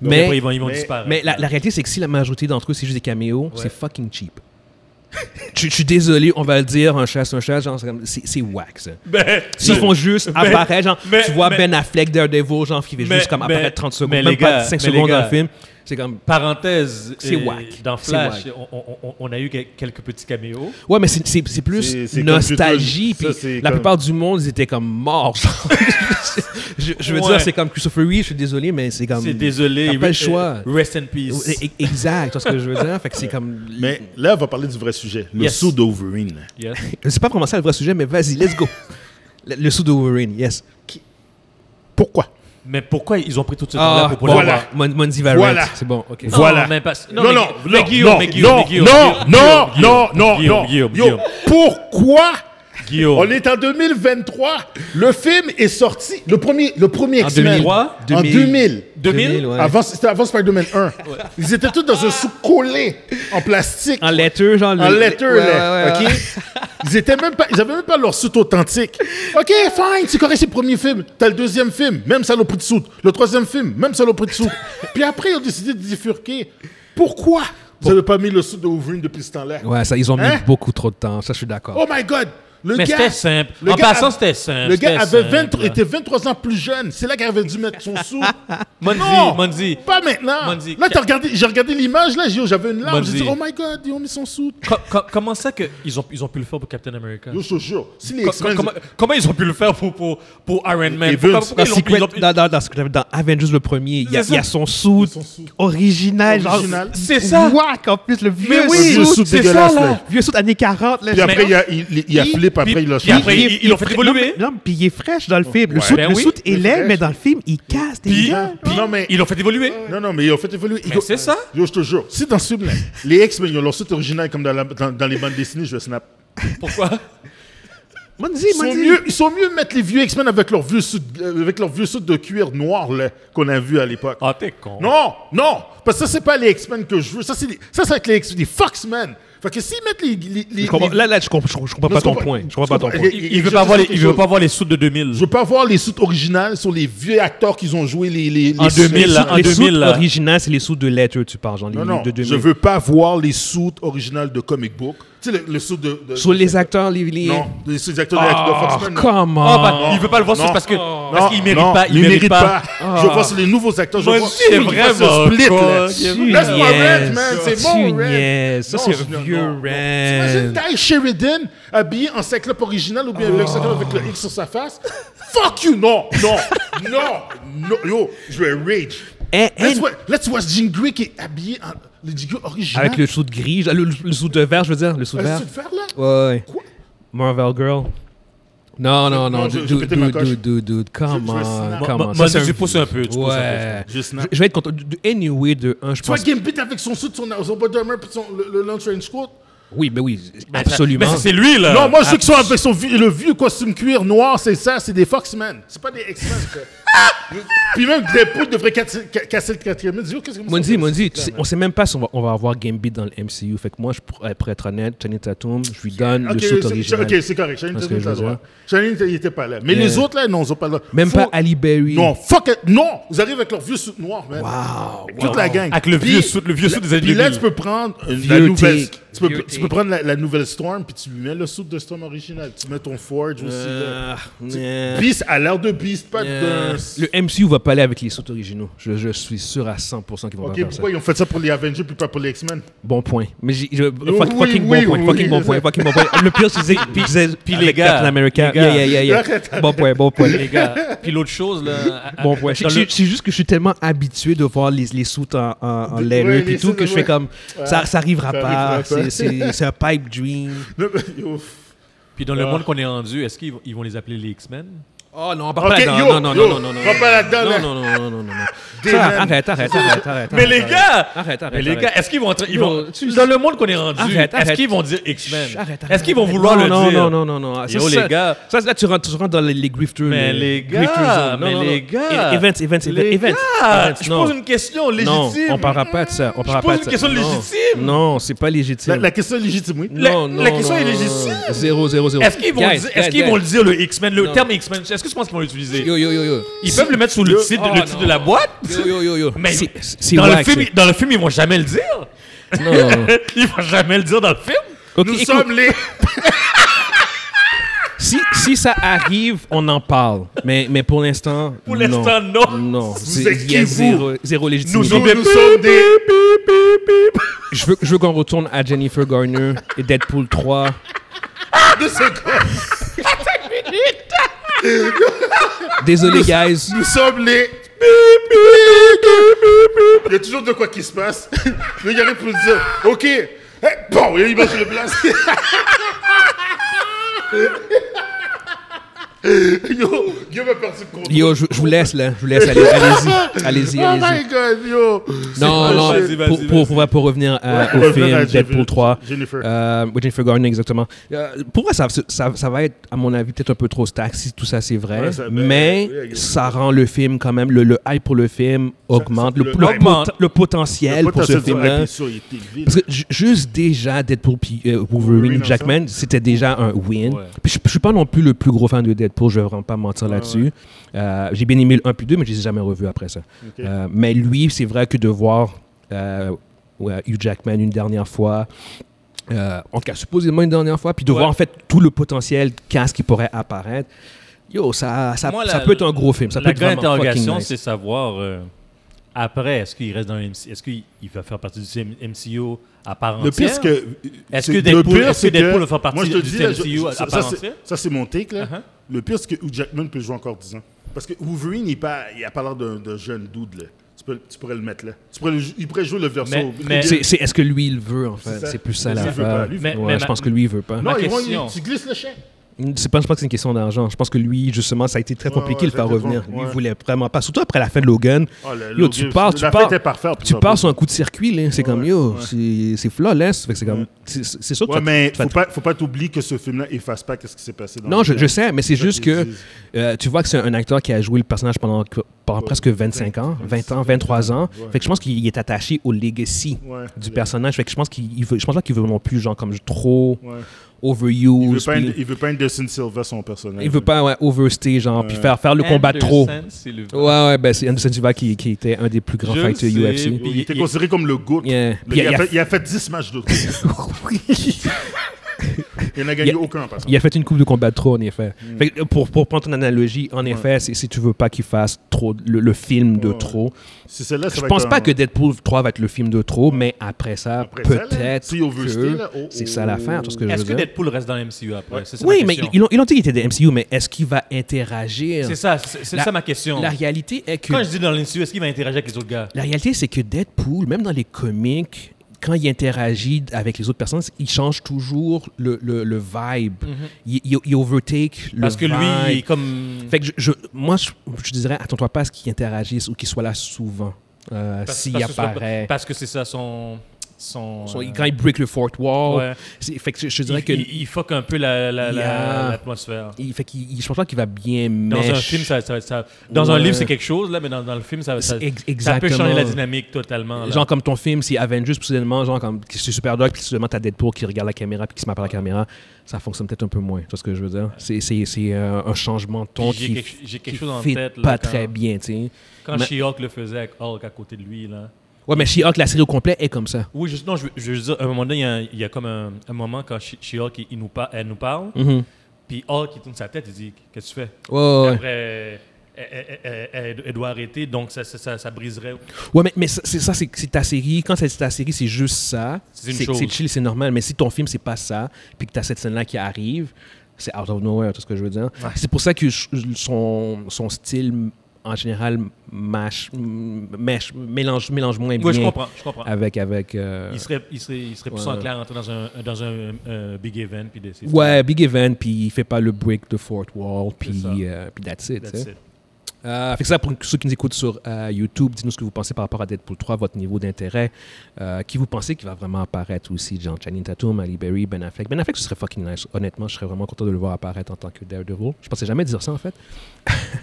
S3: Donc,
S1: Mais-
S3: après, ils vont, ils vont
S2: mais-
S3: disparaître.
S1: Mais la, la réalité, c'est que si la majorité d'entre eux, c'est juste des caméos, c'est fucking cheap. Je je suis désolé, on va le dire, un chasse, un chasse, genre, c'est comme- c'est c'est whack, ça.
S3: Ben,
S1: S'ils
S3: mais-
S1: font juste
S3: mais-
S1: apparaître, genre,
S3: mais-
S1: tu vois
S3: mais-
S1: Ben Affleck, Daredevil, genre, qui fait
S3: Mais-
S1: juste comme
S3: mais-
S1: apparaître 30 secondes,
S3: mais
S1: même
S3: les
S1: pas
S3: gars,
S1: 5
S3: mais les
S1: secondes dans le
S3: gars.
S1: film. C'est comme.
S3: Parenthèse,
S1: C'est
S3: euh,
S1: whack.
S3: dans
S1: C'est
S3: Flash,
S1: whack.
S3: on, on- on- on a eu quel- quelques petits caméos.
S1: Ouais, mais c'est- c'est c'est plus
S2: C'est- c'est comme
S1: nostalgie.
S2: Christophe-
S1: Puis
S2: ça, c'est
S1: la
S2: comme-
S1: plupart du monde, ils étaient comme morts. genre. je, je veux
S3: Ouais.
S1: dire, c'est comme Christopher Reeve, je suis désolé, mais c'est comme.
S3: C'est désolé.
S1: T'as pas le
S3: re-
S1: choix.
S2: euh,
S3: Rest in peace.
S1: E- e- Exact, tu vois ce que je veux dire. Fait que c'est comme.
S2: Mais là, on va parler du vrai sujet. Le
S3: Yes.
S2: saut d'Overine.
S3: Yes.
S1: C'est pas vraiment ça le vrai sujet, mais vas-y, let's go. Le, le sous de Wolverine, yes.
S2: Pourquoi
S3: Mais pourquoi ils ont pris tout ce temps-là pour, pour
S1: bon,
S3: le voir?
S2: Ah, voilà.
S1: Ah, Mon, Monzi Varrett,
S2: Voilà.
S1: C'est bon, ok.
S2: Non, Voilà.
S3: mais parce-
S2: Non, non,
S3: mais- mais
S2: non,
S3: Guillaume,
S2: non,
S3: mais Guillaume,
S2: non,
S3: mais Guillaume,
S2: non,
S3: Guillaume,
S2: non,
S3: Guillaume,
S2: non, non,
S3: Guillaume,
S2: non.
S3: Guillaume,
S2: Yo,
S3: Guillaume,
S2: Pourquoi
S3: Guillaume.
S2: on est en 2023? Le film est sorti, le premier, le premier
S1: En
S2: X-Men.
S1: 2003?
S2: En
S1: 2000.
S2: 2000.
S3: 2000?
S1: ouais.
S2: Avant, c'était avant Spider-Man 1. Ils étaient tous dans un sou collé en plastique.
S1: En lettre, genre. le-
S2: En letter,
S1: Ouais,
S2: là.
S1: ouais, ouais, ouais.
S2: OK? Ils étaient même pas, ils avaient même pas leur soute authentique. OK, fine, c'est correct, c'est le premier film. T'as le deuxième film, même saloperie de soute. Le troisième film, même saloperie de soute. Puis après, ils ont décidé de diffurquer. Pourquoi vous avez pas mis le soute de Wolverine depuis ce temps-là?
S1: Ouais, ça, ils ont mis
S2: Hein?
S1: beaucoup trop de temps, ça, je suis d'accord.
S2: Oh my God! Le
S3: Mais
S2: gars-
S3: c'était simple.
S2: le
S3: En
S2: gars
S3: passant,
S2: a-
S3: c'était simple.
S2: Le gars
S3: C'était
S2: avait 20
S3: simple.
S2: était 23 ans plus jeune. C'est là qu'il avait dû mettre son sou.
S3: Monzi,
S2: Non,
S3: Monzi.
S2: Pas maintenant.
S3: Monzi,
S2: là,
S3: ca-
S2: t'as regardé, j'ai regardé l'image, là, j'ai j'avais une larme. J'ai dit,
S3: Monzi.
S2: oh my God, ils ont mis son sou.
S3: Co- co- comment ça qu'ils ont, ils ont pu le faire pour Captain America?
S2: Yo, je te jure, si les
S3: Co-
S2: X-Men-
S3: co- comment, comment ils ont pu le faire pour, pour, pour Iron Man?
S2: Et
S3: Pourquoi-
S2: Vince.
S3: pourquoi
S1: Dans,
S3: ils l'ont-
S1: Secret-
S3: ils l'ont-
S1: dans, dans- dans ce que j'avais- dans Avengers le premier, il y, a-
S3: C'est ça.
S1: il y a son suit
S2: Son suit.
S1: original. genre,
S2: Original.
S3: C'est ça.
S1: Whack, en plus, le vieux
S3: Mais oui,
S1: suit.
S2: c'est ça,
S1: C'est ça,
S2: là.
S1: là. Vieux suit années 40. Là,
S2: Puis après,
S3: Mais-
S2: il y a, il, il y a
S1: Il-
S2: Flip puis après, il l'a
S3: Puis après,
S2: changé.
S3: il- ils l'ont fait évoluer.
S4: Non, puis il est fraîche dans le film. Le
S2: Ouais.
S4: suit
S3: Ben
S4: le
S3: oui.
S4: suit est
S2: Il est
S4: laid,
S2: fraîche.
S4: mais dans le film, il casse des
S3: Puis,
S4: gars.
S3: puis
S2: Non, mais-
S3: ils l'ont fait évoluer.
S2: Non, non, mais ils ont fait évoluer. Ils
S3: Mais
S2: ont-
S3: c'est ça.
S2: Yo, je te jure, si dans ce film-là, les X-Men, ils ont leur suite originale comme dans, la- dans- dans les bandes dessinées, je vais snap.
S3: Pourquoi
S4: Monzi,
S2: Ils sont,
S4: Monzi.
S2: mieux, ils sont mieux de mettre les vieux X-Men avec leur vieux suit, euh, avec leur vieux suit de cuir noir là, qu'on a vu à l'époque.
S3: Ah, t'es con.
S2: Non, non, parce que ça, c'est pas les X-Men que je veux. Ça, c'est les- ça, c'est avec les, X- les Fox-Men. Fait que s'ils mettent les. les, les-
S1: Je comprends-
S2: les-
S1: Là, là, je comprends, je comprends
S2: Non,
S1: pas
S2: je
S1: ton
S2: comprends-
S1: point. Je comprends
S2: je
S1: pas ton
S2: comprends-
S1: point.
S2: il-
S3: Il,
S2: il- je
S3: veut pas
S2: sais
S3: avoir les,
S2: quelque
S3: il veut
S2: chose.
S3: pas avoir les soutes de 2000.
S2: Je veux pas voir les suits originales sur les vieux acteurs qu'ils ont joué les. les,
S3: En
S2: les-
S3: 2000, là, en
S1: les
S3: 2000,
S1: sous
S3: là.
S1: originales, c'est les sous de lettres, tu parles, genre les
S2: Non, non,
S1: de 2000.
S2: je veux pas voir les suits originales de comic book. Tu sais, le, le suit de. de-
S1: Sur
S2: de-
S1: les acteurs, les. les...
S2: Non, Ah, les suits des acteurs de- de
S1: Oh,
S2: Fox-Men. non.
S1: comment?
S3: Oh, bah, il veut pas le voir,
S2: Non.
S3: c'est parce que
S2: Non,
S3: parce qu'il mérite
S2: non,
S3: pas.
S2: il
S3: Il mérite pas.
S2: Je vois sur les nouveaux acteurs. Je
S3: Moi,
S2: vois
S3: c'est
S2: Oui, il fait ce
S3: vraiment
S2: split,
S3: con.
S2: là.
S3: Tu
S2: Laisse-moi
S1: niaises.
S2: rent, man. C'est mon
S1: Tu
S2: rent.
S1: niaises. Ça,
S2: Non,
S1: c'est
S2: je-
S1: un
S2: non,
S1: vieux
S2: non,
S1: rant.
S2: non. T'imagines Ty Sheridan habillé en cyclope original ou bien
S1: Oh.
S2: le cyclope avec le X sur sa face? Fuck you! Non, non, non, non. Yo, je vais rage.
S1: Hein, hein,
S2: Let's watch- Let's watch Jean Grey qui est habillé en... Le Jean Grey original.
S1: Avec le sous de gris, le, le- le sous de vert, je veux dire, le sous de
S2: Euh,
S1: vert.
S2: c'est le faire, là?
S1: Ouais, ouais.
S2: Quoi?
S1: Marvel Girl. Non, non, non,
S2: Non, je-
S1: dude,
S2: j'ai pété
S1: dude,
S2: ma coche.
S1: dude, dude, dude, come
S2: Je- je vais
S1: on,
S2: snap.
S1: come
S3: Moi-
S1: on.
S3: moi,
S1: Ça, c'est
S3: tu
S1: un-
S3: pousses un peu, tu pousses un peu.
S1: Ouais.
S2: Je snap.
S1: Je vais être content. De- de- Anyway, de 1, je
S2: Tu vois
S1: pense.
S2: Gambit avec son suit, son, son Butterman, puis son, le, le long trench coat?
S1: Oui, mais oui,
S2: Ben,
S3: Mais ça-
S1: absolument.
S3: Mais ça, c'est lui,
S1: Euh,
S3: là.
S2: Non, moi, ceux qui sont avec son vieux- le vieux costume cuir noir, c'est ça, c'est des Foxmen. C'est pas des X-Men. ça. Puis même des poules devraient casser ca- casser le quatrième. Dis, oh, qu'est-ce que
S1: Mondi, Mondi, tu sais- on sait même pas si on va, on va avoir Gambit dans le MCU. Fait que moi, je, pourrais- pour être honnête, Channing Tatum, je lui donne
S2: Ok,
S1: le
S2: c'est
S1: saut
S2: c'est-
S1: original.
S2: ok, c'est correct. Shining
S1: Parce
S2: Tatum,
S1: que
S2: t'as le
S1: je veux
S2: droit. Shining, il était pas là. Mais les
S1: Yeah.
S2: autres, là, non, ils ont pas le droit.
S1: Même
S2: Faut-
S1: pas Ali Berry.
S2: Non, fuck it. Non, vous arrivez avec leur vieux suit noir, man.
S1: Ah,
S2: Toute la gang.
S3: Avec le
S2: Puis-
S3: vieux suit- le vieux suit des années
S2: Puis là,
S3: 2000.
S2: tu peux prendre euh, la
S1: Vieux
S2: nouvelle.
S1: take.
S2: Tu peux,
S1: Vieux
S2: tu
S1: take.
S2: peux prendre la, la nouvelle Storm, puis tu lui mets le suit de Storm original. Tu mets ton Forge aussi.
S3: Euh.
S2: là.
S1: Ah, yeah,
S2: Beast a l'air de Beast, pas
S1: yeah.
S2: de.
S1: Le MCU va pas aller avec les sauts originaux. Je, je suis sûr à 100% qu'ils vont pas
S2: Ok,
S1: faire ça.
S2: pourquoi ils ont fait ça pour les Avengers puis pas pour les X-Men
S1: Bon point. Mais j'ai- je- fuck-
S2: oui,
S1: fucking
S2: oui,
S1: bon point.
S2: oui,
S1: fucking bon
S2: je
S1: point.
S2: sais.
S1: Fucking bon point. Le pire, c'est que je disais
S3: puis
S1: avec
S3: les gars,
S1: Captain America.
S3: les gars.
S1: Yeah, yeah, yeah, yeah. Bon point, bon point.
S3: Les gars. Puis l'autre chose, là. à- à-
S1: Bon point. C'est
S3: dans le-
S1: c'est juste que je suis tellement habitué de voir les, les soutes en, en, en
S2: De-
S1: letter
S2: ouais,
S1: puis
S2: les
S1: tout que je
S2: soutes,
S1: fais comme ça, ça arrivera
S2: Ça
S1: pas.
S2: arrivera
S1: C'est-
S2: pas.
S1: C'est c'est un pipe dream.
S2: Non, mais, yo.
S3: Puis dans le monde qu'on est rendu, est-ce qu'ils vont- ils vont les appeler les X-Men
S1: Oh non, on
S2: Ok, yo, yo, va pas là-dedans, là.
S1: non, non, non, non, non, non, non.
S2: Des
S1: Ça,
S2: mêmes.
S1: Arrête, arrête, arrête, arrête.
S3: Mais les
S1: arrête.
S3: gars
S1: Arrête, arrête,
S3: Mais les
S1: arrête.
S3: gars, est-ce qu'ils vont, être- ils
S1: Yo,
S3: vont-
S1: tu-
S3: dans le monde qu'on est rendu,
S1: Arrête,
S3: est-ce
S1: arrête.
S3: qu'ils vont dire
S1: Chut,
S3: X-Men
S1: arrête, arrête,
S3: Est-ce qu'ils vont
S1: arrête.
S3: vouloir
S1: non,
S3: le
S1: non,
S3: dire
S1: Non, non, non, non. Ah, Ça,
S3: Yo,
S1: ça-
S3: les gars.
S1: Ça, là, tu rentres, tu rentres dans les, les grifters.
S3: Mais les gars,
S1: grifters zone. Non,
S3: mais
S1: non, non.
S3: les gars.
S1: Et- Events, events, events.
S3: Les
S1: events.
S3: gars,
S1: Events,
S3: je
S1: non.
S3: pose une question
S1: Non,
S3: légitime.
S1: on parlera pas de ça. On parlera
S3: pose
S1: pas de
S3: une
S1: ça.
S3: question
S1: Non.
S3: légitime.
S1: Non, c'est pas légitime.
S2: La, la question est légitime, oui.
S3: La-
S1: non, non,
S3: la question
S1: non,
S3: est
S1: non, non.
S3: légitime.
S1: Zéro, zéro, zéro.
S3: Est-ce qu'ils vont,
S1: Guys,
S3: le dire- est-ce
S1: guys,
S3: qu'ils
S1: guys.
S3: vont le dire le X-Men, le
S1: Non.
S3: terme X-Men Est-ce que tu penses qu'ils vont l'utiliser
S1: Yo, yo, yo, yo.
S3: Ils peuvent le mettre sous le titre,
S1: Oh,
S3: le titre
S1: non.
S3: de la boîte
S1: Yo, yo, yo, yo.
S3: Mais
S1: C'est- c'est
S3: dans, le
S1: wack,
S3: film,
S1: ça.
S3: ils- dans le film, ils vont jamais le dire.
S1: Non, non, non.
S3: ils vont jamais le dire dans le film.
S1: Ok,
S2: Nous
S1: écoute,
S2: sommes les.
S1: si, si ça arrive, on en parle. Mais, mais pour l'instant,
S3: Pour l'instant, non.
S1: Non, c'est
S2: êtes
S1: il
S2: qui,
S1: y a
S2: vous?
S1: zéro, zéro légitimité.
S2: Nous, nous sommes des.
S1: Je veux, je veux qu'on retourne à Jennifer Garner et Deadpool 3.
S2: Deux secondes.
S1: Désolé, guys.
S2: Nous sommes les. Il y a toujours de quoi qui se passe. Le gars pour dire Ok. Eh, bon, il marche le blast. Yo, Guillaume a perdu le contrôle.
S1: Yo, je, je vous laisse là. Je vous laisse. Allez, allez-y. Allez-y,
S2: Oh
S1: allez-y.
S2: my god, yo.
S1: Non,
S2: C'est
S1: non,
S2: pas-
S3: vas-y, vas-y,
S1: pour, pour, pour- pour revenir à-
S2: Ouais,
S1: au
S2: revenir
S1: film
S2: à
S1: Deadpool
S2: Jennifer-
S1: 3,
S2: Jennifer.
S1: euh, oui, Jennifer Garner, exactement. Euh, pour moi, ça, ça, ça va être, à mon avis, peut-être un peu trop stack si tout ça c'est vrai,
S2: Ouais, ça-
S1: mais
S2: oui, oui.
S1: ça rend le film quand même, le, le hype pour le film augmente, le,
S2: le-
S1: le
S2: le-
S1: pot- le potentiel
S2: Le
S1: pour ce
S2: potentiel du
S1: film-là.
S2: hype, sûr, il était vide.
S1: Parce que ju- juste déjà Deadpool puis euh, Wolverine
S2: Wolverine
S1: et Jackman, c'était déjà un win. Puis je, je suis pas non plus le plus gros fan de Deadpool, je vais vraiment pas mentir là-dessus. Euh, j'ai bien aimé le 1 puis 2, mais je les ai jamais revus après ça. Euh, mais lui, c'est vrai que de voir euh, ouais, Hugh Jackman une dernière fois, euh, en tout cas supposément une dernière fois, puis de
S3: Ouais.
S1: voir en fait tout le potentiel casque qui pourrait apparaître, yo, ça, ça,
S3: Moi,
S1: ça
S3: la-
S1: peut être un gros film. Ça peut
S3: la
S1: être
S3: grande
S1: vraiment
S3: interrogation,
S1: fucking nice.
S3: c'est savoir euh, après, est-ce qu'il reste dans le MC Est-ce qu'il il va faire partie du CM MCU à part
S2: Le
S3: entière
S2: pire, c'est que.
S3: Est-ce
S2: c'est-
S3: que
S2: le
S3: Deadpool-
S2: pire,
S3: est-ce que
S2: c'est
S3: Deadpool va faire partie
S2: moi, je te
S3: du
S2: dis, là, je-
S3: MCU à
S2: ça,
S3: part
S2: ça,
S3: entière?
S2: c'est- ça, c'est mon take. Là.
S3: Uh-huh.
S2: Le pire, c'est que Hugh Jackman peut jouer encore 10 ans. Parce que Wolverine, il n'a pas, il a pas l'air d'un d'un jeune dude. Là. Tu, peux- tu pourrais le mettre là. Tu pourrais le- il pourrait jouer le verso.
S3: Mais- mais-
S1: C'est- c'est- est-ce que lui il veut en
S2: C'est
S1: fait
S2: ça.
S1: C'est plus ça
S2: Mais
S1: la
S2: lui, il veut pas. Lui, il
S1: Ouais,
S3: veut- mais
S1: je
S3: ma-
S1: pense que lui il veut pas.
S2: Non,
S3: Ma
S2: ils vont-
S3: question.
S2: tu glisses le chien.
S1: C'est pas, je pense que c'est une question d'argent. Je pense que lui, justement, ça a été très
S2: Ouais,
S1: compliqué
S2: ouais,
S1: de faire
S2: c'était
S1: revenir.
S2: trop-
S1: Lui, il
S2: ouais.
S1: voulait vraiment pas. Surtout après la fin de Logan.
S2: Oh, le-
S1: Yo,
S2: le-
S1: tu pars, tu
S2: la
S1: pars-
S2: fête est parfaite.
S1: Tu
S2: ça,
S1: pars
S2: pour-
S1: sur un coup de circuit, là. C'est comme, yo, c'est c'est flawless. Fait que C'est comme- c'est- c'est- c'est sûr que
S2: Ouais,
S1: ça-
S2: mais
S1: ça-
S2: faut pas, faut pas t'oublier que ce film-là efface pas qu'est-ce qui s'est passé. Dans
S1: Non,
S2: le
S1: je,
S2: film.
S1: je sais, mais c'est
S2: Ça,
S1: juste
S2: qu'ils
S1: que
S2: disent.
S1: euh, tu vois que c'est un acteur qui a joué le personnage pendant, que- pendant presque 25 ans, 20 ans, 23 ans. Fait que je pense qu'il est attaché au legacy
S2: Ouais.
S1: du personnage. Fait que je pense qu'il il veut, je pense pas qu'il veut non plus genre comme trop
S2: Ouais. Il veut
S1: overuse.
S2: pas,
S1: puis-
S2: être- il veut pas Anderson Silva son personnage.
S1: il veut pas ouais, overstay genre puis faire faire le combat trop. Ouais ouais ben c'est Anderson Silva qui, qui était un des plus grands
S3: Je
S1: fighters
S3: sais,
S1: UFC.
S3: puis-
S2: Il était considéré comme le GOAT.
S1: Yeah. Il
S2: Le
S1: y a- il
S2: gars, il,
S1: y
S2: a
S1: a-
S2: fait, il a fait 10 matchs de trop. Il n'a gagné
S1: Il y a-
S2: aucun en passant.
S1: Il a fait une coupe de combat de trop, en effet.
S2: Mm.
S1: Fait que pour, pour prendre ton analogie, en effet, si, si tu veux pas qu'il fasse trop le, le film de
S2: Ouais, ouais.
S1: trop,
S2: Si celle-là, ça
S1: je
S2: va
S1: pense
S2: être
S1: pas
S2: un-
S1: que Deadpool 3 va être le film de trop, mais après ça,
S2: Après ça, là,
S1: peut-être
S2: si overstay,
S1: que
S2: là, oh,
S1: c'est
S2: oh.
S1: ça l'affaire, tout ce que je
S3: Est-ce
S1: veux
S3: que
S1: dire.
S3: Deadpool reste dans MCU après C'est ça ma
S1: oui, mais
S3: question.
S1: ils l'ont ils l'ont dit qu'il était des MCU, mais est-ce qu'il va interagir
S3: C'est ça, c'est c'est
S1: La-
S3: ça ma question.
S1: La réalité est que
S3: Quand je dis dans le MCU, est-ce qu'il va interagir avec les autres gars
S1: la réalité c'est que Deadpool, même dans les comics, quand il interagit avec les autres personnes, il change toujours le, le, le vibe. il, il, il overtake le
S3: Mhm. Parce que lui, il est
S1: vibe.
S3: comme.
S1: Fait que je, je- moi, je, je dirais, attends-toi pas à ce qu'il interagisse ou qu'il soit là souvent. euh,
S3: parce-
S1: S'il
S3: parce que ce soit-
S1: apparaît.
S3: Parce que c'est ça son. Son.
S1: Son-
S3: euh,
S1: quand il break le fourth wall.
S3: ouais.
S1: c'est- Fait que je, je dirais
S3: il,
S1: que.
S3: il, il fuck un peu la- la-
S1: Yeah.
S3: la- l'atmosphère.
S1: il- fait qu'il- il- je pense pas qu'il va bien
S3: Dans un
S1: mesh.
S3: film, ça, ça- ça- dans un
S1: Ouais.
S3: livre, c'est quelque chose, là, mais dans, dans le film, ça, ça,
S1: C'est ex-
S3: ça peut changer
S1: exactement.
S3: la dynamique totalement. là.
S1: Genre comme ton film, si Avengers, puis soudainement, genre comme c'est Superdog, puis soudainement t'as Deadpool qui regarde la caméra puis qui se met par la caméra, ça fonctionne peut-être un peu moins. Tu vois ce que je veux dire? C'est- C'est c'est, euh, un changement de ton
S3: Puis j'ai
S1: qui,
S3: quelque- j'ai quelque
S1: qui
S3: chose en
S1: fit
S3: tête, là,
S1: pas
S3: quand-
S1: très bien, tu sais.
S3: Quand
S1: mais-
S3: She-Hulk le faisait avec Hulk à côté de lui, là.
S1: Ouais, mais She-Hulk, la série au complet est comme ça.
S3: Oui, je, non, je, veux- je veux juste dire, à un moment donné, il y a, un- il y a comme un, un moment quand She- She-Hulk, il- il nous par- elle nous parle, puis Hulk, il tourne sa tête, il dit Qu'est-ce que tu fais
S1: Ouais, Mm-hmm. ouais, ouais.
S3: Après, elle, elle- elle- elle- elle doit arrêter, donc ça, ça, ça- ça briserait.
S1: Ouais, mais, mais ça- c'est ça, c'est c'est ta série. Quand c'est ta série, c'est juste ça.
S3: C'est une chose.
S1: C'est chill, c'est normal. Mais si ton film, c'est pas ça, puis que t'as cette scène-là qui arrive, c'est out of nowhere, tu vois ce que je veux dire. C'est pour ça que je- son, son style, en général, mâche, m- mèche- mélange, mélange moins Eh bien
S3: Oui, je comprends, je comprends.
S1: avec. avec euh,
S3: Il serait, il serait, il serait plus
S1: ouais.
S3: enclin à rentrer dans un, dans un, un big event, puis d'essayer.
S1: Ouais, big event, puis il fait pas le break de fourth wall, puis
S3: ça.
S1: euh, puis that's it. tu
S3: That's
S1: sais.
S3: it.
S1: Euh, fait que ça, pour ceux qui nous écoutent sur euh, YouTube, dites-nous ce que vous pensez par rapport à Deadpool 3, votre niveau d'intérêt. Euh, qui vous pensez qui va vraiment apparaître aussi, genre Channing Tatum, Ali Berry, Ben Affleck. Ben Affleck, ce serait fucking nice. Honnêtement, je serais vraiment content de le voir apparaître en tant que Daredevil. Je pensais jamais dire ça, en fait.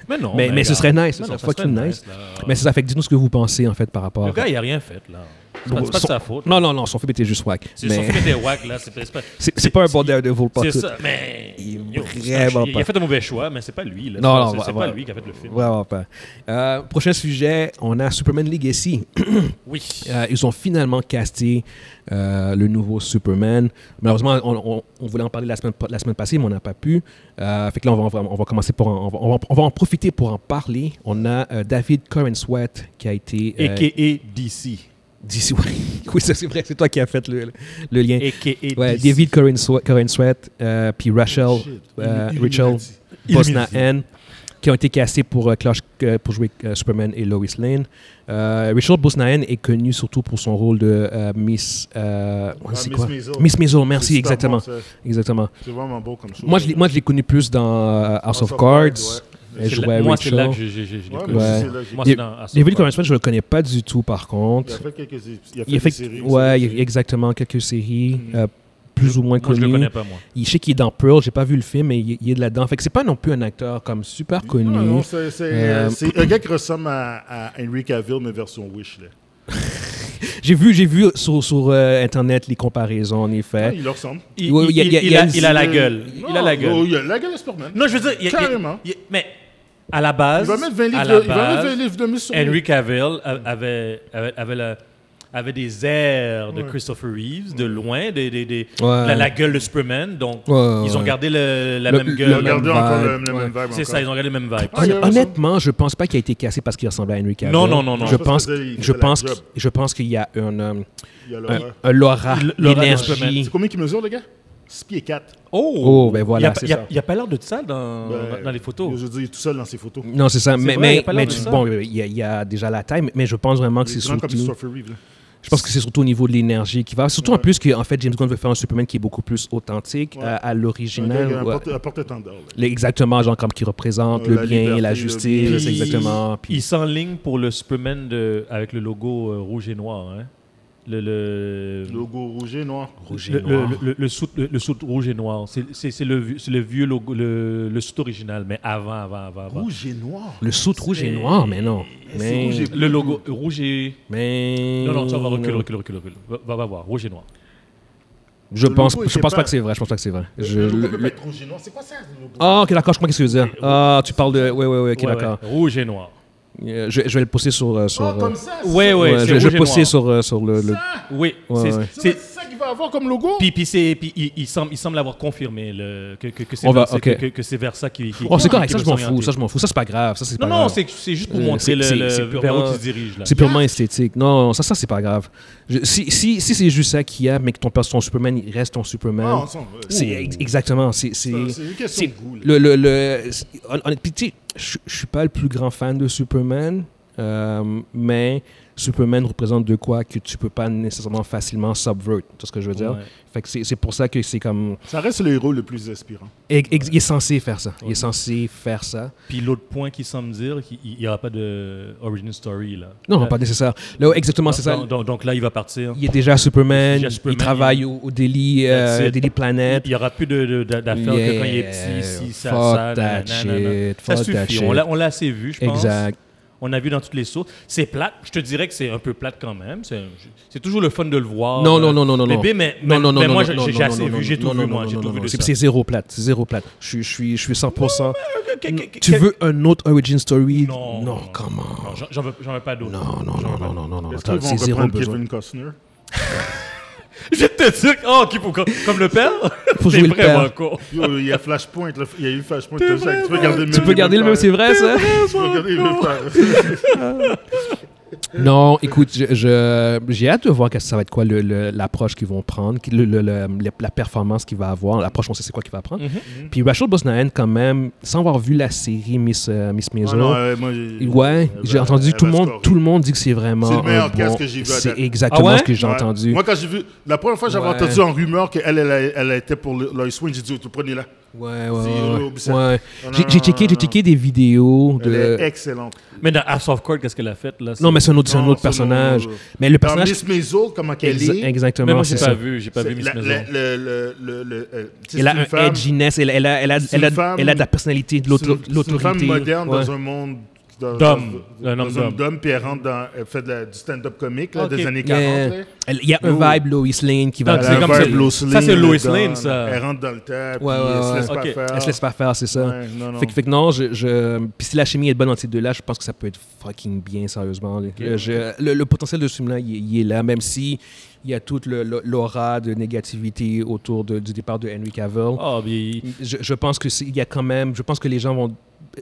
S3: Mais non.
S1: mais, mais ce
S3: regarde.
S1: serait nice, ce
S3: Mais
S1: serait
S3: non, ça
S1: fucking
S3: serait
S1: nice.
S3: là.
S1: Mais c'est ça, fait que dites-nous ce que vous pensez, en fait, par rapport...
S3: Le gars, il a rien fait, là. C'est pas, c'est pas de
S1: Son-
S3: sa faute.
S1: Non, non, non, son film était juste whack.
S3: C'est son
S1: Mais
S3: film était whack, là. C'est c'est pas,
S1: c'est c'est pas un bon Daredevil, pas
S3: c'est
S1: tout.
S3: ça, mais.
S1: Il est
S3: Yo,
S1: vraiment
S3: il- Il
S1: pas.
S3: a fait un mauvais choix, mais c'est pas lui,
S1: Non,
S3: là. C'est
S1: non,
S3: pas-
S1: va-
S3: c'est- c'est
S1: va-
S3: pas lui qui a fait le film.
S1: Vraiment pas. Euh, prochain sujet, on a Superman Legacy.
S3: Oui.
S1: Euh, ils ont finalement casté euh, le nouveau Superman. Malheureusement, on, on- on voulait en parler la semaine, la semaine passée, mais on n'a pas pu. Euh, fait que là, on va, en- on va commencer pour en- on, va, on va- on va en profiter pour en parler. On a euh, David Corenswet qui a été euh,
S3: A.K.A. DC.
S1: d'ici- Oui, oui, ça c'est vrai, c'est toi qui as fait le, le lien.
S3: A.K.A.
S1: Ouais,
S3: DC.
S1: David Corenswet, euh, puis Rachel, euh, Rachel Bosnahan, qui ont été cassés pour, euh, Clash- euh, pour jouer euh, Superman et Lois Lane. Euh, Rachel Bosnahan est connue surtout pour son rôle de euh, Miss. euh, c'est
S2: Miss
S1: quoi?
S2: Maisel.
S1: Miss Maisel, merci,
S2: C'est
S1: exactement.
S2: super bon, ça.
S1: exactement.
S2: C'est vraiment beau comme chose.
S1: Moi, je l'ai- moi, je l'ai connue plus dans euh, House, of
S2: of
S1: Cards.
S2: Cards,
S1: Elle
S3: C'est là-
S1: jouait
S3: Moi, c'est
S1: Rachel.
S3: là que je- je je- je l'ai
S2: Ouais,
S3: connu.
S2: moi
S1: Ouais.
S2: aussi, c'est là que j'ai-
S3: Moi,
S1: Il-
S3: c'est dans. House of
S1: David
S3: Cards.
S1: Corenswet, je ne le connais pas du tout, par
S2: Il
S1: contre.
S2: a fait quelques il a
S1: Il a
S2: fait des
S1: fait,
S2: séries.
S1: ouais,
S2: c'est-
S1: il a exactement quelques séries, euh, plus ou moins
S3: Moi, je le
S1: connues.
S3: connais pas, moi.
S1: Il- Je sais qu'il est dans Pearl, j'ai pas vu le film, mais il, il est là-dedans. Fait que c'est pas non plus un acteur comme super connu.
S2: Non, non, c'est c'est,
S1: Euh,
S2: euh, c'est un gars qui ressemble à, à Henry Cavill, mais version Wish. Là.
S1: J'ai vu, j'ai vu sur, sur euh, Internet les comparaisons, en
S2: Ah,
S1: effet.
S2: il leur ressemble.
S3: Il
S1: Ouais, il y a-
S3: il-
S1: il y a-
S3: il a- il a la
S2: Euh,
S3: gueule. Il a
S2: non,
S3: la gueule.
S2: oh, il a la gueule de Superman.
S3: Non, je veux dire. il y a- il y a-
S2: Carrément.
S3: il y a- Mais à la base.
S2: il va mettre 20 livres
S3: à la
S2: de, il va mettre 20
S3: base,
S2: livres de mise sur lui.
S3: Henry Cavill a- avait, avait, avait, la- avait des airs de
S2: Ouais.
S3: Christopher Reeves, de loin, des, des, des-
S1: Ouais.
S3: la, la gueule de Superman. Donc,
S1: Ouais, ouais,
S3: ils ont
S1: ouais.
S3: gardé le- la
S1: Le-
S3: même
S2: Il a
S1: le
S3: gueule.
S2: gardé
S1: même
S2: encore
S1: vibe.
S2: le, le même vibe.
S3: C'est
S2: encore.
S3: ça, ils ont gardé le même vibe.
S2: Ah, il a raison.
S1: Honnêtement, je pense pas qu'il a été cassé parce qu'il ressemblait à Henry Cavill.
S3: Non, non, non, non.
S1: Je
S3: Je
S1: pense,
S2: pense que il
S1: je
S2: fait la
S1: pense,
S2: job.
S1: je pense qu'il y a un, euh,
S2: Il a le-
S1: un, un l'aura,
S3: Il- l'aura de Superman.
S1: l'énergie.
S2: C'est combien qu'il mesure, le gars 6 pieds 4.
S3: Oh,
S1: Oh, ben voilà,
S3: Il y a-
S1: c'est
S3: il y a,
S1: ça.
S3: il y a pas l'air de ça
S2: Ben,
S3: dans, dans- dans les photos.
S2: Je veux dire, il est tout seul dans ses photos.
S1: Non, c'est ça. Mais,
S3: vrai, il a
S1: mais,
S3: pas l'air
S1: mais
S3: de
S1: tu-
S3: ça.
S1: bon, il y, a- il y a déjà la taille, mais- mais je pense vraiment que
S2: Il
S1: c'est
S2: est grand comme
S1: surtout.
S2: Christopher Reeve. là.
S1: Je pense que c'est surtout au niveau de l'énergie qui va. Surtout en plus qu'en fait, James Gunn veut faire un Superman qui est beaucoup plus authentique à, à
S2: Un gars qui a
S1: l'original.
S2: un
S1: ouais.
S2: porte- un porte-étendard. là.
S1: Le- Exactement, genre comme qui représente
S2: Euh,
S1: le
S2: la
S1: bien et
S2: liberté,
S1: la
S2: le bien.
S1: justice, exactement. Puis
S3: Il s'enligne pour le Superman de- avec le logo euh, rouge et noir. hein. Le, le,
S2: Logo rouge et noir.
S3: le, le- le- le suit- le- le suit rouge et noir. C'est- C'est c'est le, vieux- c'est le vieux logo, le, le suit original, mais avant, avant, avant, avant.
S2: Rouge et noir.
S1: le soute rouge et noir, mais non. Mais,
S2: rouge et-
S3: Le logo rouge et.
S1: mais
S3: Non, non, ça va reculer, recule, recule, recule. Va, va- va voir, rouge et noir.
S1: Je
S2: Le
S1: pense,
S2: logo
S1: je
S2: était
S1: pense pas
S2: pas-
S1: que c'est vrai. Je pense pas que c'est vrai. Je-
S2: Le logo
S1: le-
S2: peut
S1: le-
S2: pas être rouge et noir. C'est quoi ça, le logo
S1: Ah, ok, d'accord, je comprends ce que tu veux dire. Ah, tu parles de. Ouais, ouais, ouais, ok,
S3: Ouais, ouais,
S1: d'accord.
S3: Rouge et noir.
S1: Euh, Je, je vais le poster sur. euh, sur
S2: Ah,
S1: euh,
S2: comme ça. c'est-
S3: Ouais, ouais,
S1: ouais,
S3: c'est
S1: je, je
S3: rouge
S1: vais
S3: et
S1: poster
S3: noir.
S1: sur, euh, sur le. le-
S2: Ça,
S3: Oui,
S1: Ouais,
S3: c'est-
S1: ouais.
S2: c'est
S3: c'est.
S2: ça qu'il va avoir comme logo.
S3: Puis, puis c'est- puis il, il semble, il semble avoir confirmé le, que, que, que c'est
S1: On va-
S3: vers,
S1: ok.
S3: que- que c'est vers ça qui. qui
S1: Oh, c'est
S3: qui-
S1: correct,
S3: qui
S1: ça
S3: veut
S1: je m'en fous,
S3: s'orienter.
S1: ça je m'en fous, ça c'est pas grave, ça c'est pas
S3: Non, non,
S1: grave.
S3: c'est c'est juste pour
S1: Euh,
S3: montrer
S1: c'est-
S3: le,
S1: c'est-
S3: le-
S1: c'est purement-
S3: vers où il se dirige. Là.
S1: C'est purement esthétique. Non, ça, ça c'est pas grave. Je- si si, si c'est juste ça qu'il y a, mais que ton, pers- ton Superman, il reste ton Superman.
S2: Ah, on s'en-
S1: C'est
S2: Ouh.
S1: ex- exactement. C'est c'est-
S2: Ça, c'est une question
S1: c'est-
S2: de goût, là.
S1: Le, le, le, c'est- hon- hon- puis tu sais, je je suis pas le plus grand fan de Superman, euh, mais Superman représente de quoi que tu peux pas nécessairement facilement subvert. Tu vois ce que je veux dire?
S3: Ouais.
S1: Fait que c'est c'est pour ça que c'est comme.
S2: Ça reste le héros le plus inspirant.
S1: ex- ex- Il est censé faire ça. Il est censé faire ça.
S3: Puis l'autre point qui semble dire qu'il n'y aura pas de origin story là.
S1: Non,
S3: Là,
S1: pas nécessaire. Là, exactement,
S3: donc-
S1: c'est ça.
S3: Donc, donc- donc là, il va partir.
S1: Il est déjà Superman,
S3: Il est déjà
S1: il
S3: Superman,
S1: travaille au, au Daily, euh,
S3: That's it.
S1: Daily Planet.
S3: Il n'y aura plus de- de- d'a- d'affaires que quand il est petit, si, ça,
S1: Fuck that
S3: ça, nanana, nanana.
S1: shit,
S3: Ça
S1: fuck that
S3: suffit.
S1: shit.
S3: On l'a on l'a assez vu, je pense.
S1: Exact.
S3: On a vu dans toutes les sources. C'est plate. Je te dirais que c'est un peu plate quand même. C'est c'est toujours le fun de le voir.
S1: Non, non,
S3: euh,
S1: non, non, non. non.
S3: bébé, mais,
S1: non,
S3: mais-
S1: non, non,
S3: mais moi,
S1: non,
S3: j'ai-
S1: non,
S3: j'ai
S1: non,
S3: assez
S1: non, non,
S3: vu. J'ai
S1: non,
S3: tout
S1: non,
S3: vu,
S1: non,
S3: moi.
S1: non,
S3: J'ai
S1: non,
S3: tout
S1: non,
S3: vu de
S1: c'est-
S3: ça.
S1: C'est zéro plate, c'est zéro plate. Je suis- je suis je suis 100%.
S3: Que- que- que-
S1: Tu
S3: que-
S1: veux un autre origin story?
S3: Non.
S1: Non, comment?
S3: Non, j'en- J'en veux, j'en veux pas d'autres.
S1: Non, non, non, non, non, non, non.
S2: Est-ce
S1: attends,
S2: qu'ils
S1: C'est
S2: vont
S1: zéro
S2: reprendre
S1: besoin.
S2: Kevin Costner
S3: Je vais te dire, oh, qui pour, comme, comme le père,
S1: Faut
S3: t'es
S1: jouer le
S3: vraiment
S1: père.
S3: con.
S2: Yo, il y a Flashpoint. là. Il y a eu Flashpoint. t'as ça, Tu peux garder le même. hein.
S1: Tu peux garder le même, c'est vrai, ça?
S2: Tu peux garder le même.
S1: Non, écoute, je- je- j'ai hâte de voir qu'est-ce que ça va être quoi le- le- l'approche qu'ils vont prendre, qui- le- le- le- le- la performance qu'il va avoir. L'approche, on sait c'est quoi qu'il va prendre. Puis Rachel Bosnahan, quand même, sans avoir vu la série Miss, euh, Miss
S2: Ah
S1: Maisel,
S2: non, ouais, moi, j'ai-
S1: ouais,
S2: elle
S1: j'ai
S2: va-
S1: entendu
S2: elle
S1: tout le
S2: va
S1: monde,
S2: scorer.
S1: tout le monde dit que c'est vraiment
S2: C'est le meilleur
S1: un bon-
S2: casque que j'ai vu à
S1: C'est
S2: date.
S1: exactement
S3: Ah ouais?
S1: ce que j'ai
S2: Ouais.
S1: entendu.
S2: Moi, quand j'ai vu, la première fois que j'avais
S1: Ouais.
S2: entendu en rumeur qu'elle, elle, elle, elle était pour le- Lois Wayne, j'ai dit, oh, tu prenez la.
S1: Ouais, ouais,
S2: Zero
S1: ouais.
S2: percent.
S1: ouais.
S2: Non,
S1: J'ai
S2: non,
S1: j'ai
S2: non,
S1: checké,
S2: non,
S1: j'ai
S2: non.
S1: checké des vidéos
S2: Elle est
S1: de.
S2: excellente.
S3: Mais dans House of Cards, qu'est-ce qu'elle a fait là
S1: Non, mais c'est un autre, c'est un
S2: Non,
S1: autre
S2: ça, non,
S1: personnage.
S2: non, non.
S1: Mais le
S2: Dans
S1: personnage.
S2: Miss Maisel, comment qu'elle
S1: Exa-
S2: est.
S3: Mais
S1: Exactement,
S3: moi, j'ai
S1: c'est
S3: pas
S1: ça.
S3: vu, j'ai pas
S2: c'est
S3: vu Miss
S2: la-
S3: Maison.
S2: la- le- le- le- le- euh, tu sais,
S1: Elle a
S2: c'est
S1: un
S2: une femme-
S1: edginess, elle, elle, a, elle, a,
S2: C'est
S1: elle, a,
S2: une femme-
S1: elle a de la personnalité, de l'auto-
S2: C'est une-
S1: de
S2: C'est une
S1: l'autorité.
S2: femme moderne
S1: Ouais.
S2: dans un monde dans-
S3: D'hommes.
S2: dans-
S3: Un
S2: dans
S3: homme
S2: un
S3: d'homme.
S2: d'homme, puis elle rentre dans, elle fait de la- du stand-up comique là,
S3: Ok.
S2: des années 40.
S1: Yeah.
S2: là.
S1: Elle- Il y a un
S2: Yo.
S1: vibe Lois Lane qui va...
S3: Donc,
S2: Elle
S3: c'est
S2: a
S3: comme
S2: un
S3: ça-
S2: vibe Lois
S3: ça,
S2: Lane
S3: c'est Lois
S2: dedans.
S3: Lane, ça.
S2: Elle rentre dans le tas, puis
S1: Ouais, ouais,
S2: elle se
S1: ouais.
S2: laisse
S3: Ok.
S2: pas faire.
S1: Elle se laisse pas faire, c'est ça.
S2: Ouais, non, non.
S1: Fait, que, fait que non, je, je... Puis si la chimie est bonne entre ces deux-là, je pense que ça peut être fucking bien, sérieusement. Le, je- le- le potentiel de ce film-là, il, est- il est là, même si il y a toute le- le- l'aura de négativité autour de- du départ de Henry Cavill.
S3: Oh, mais
S1: Je, je pense que c'est- il y a quand même... Je pense que les gens vont...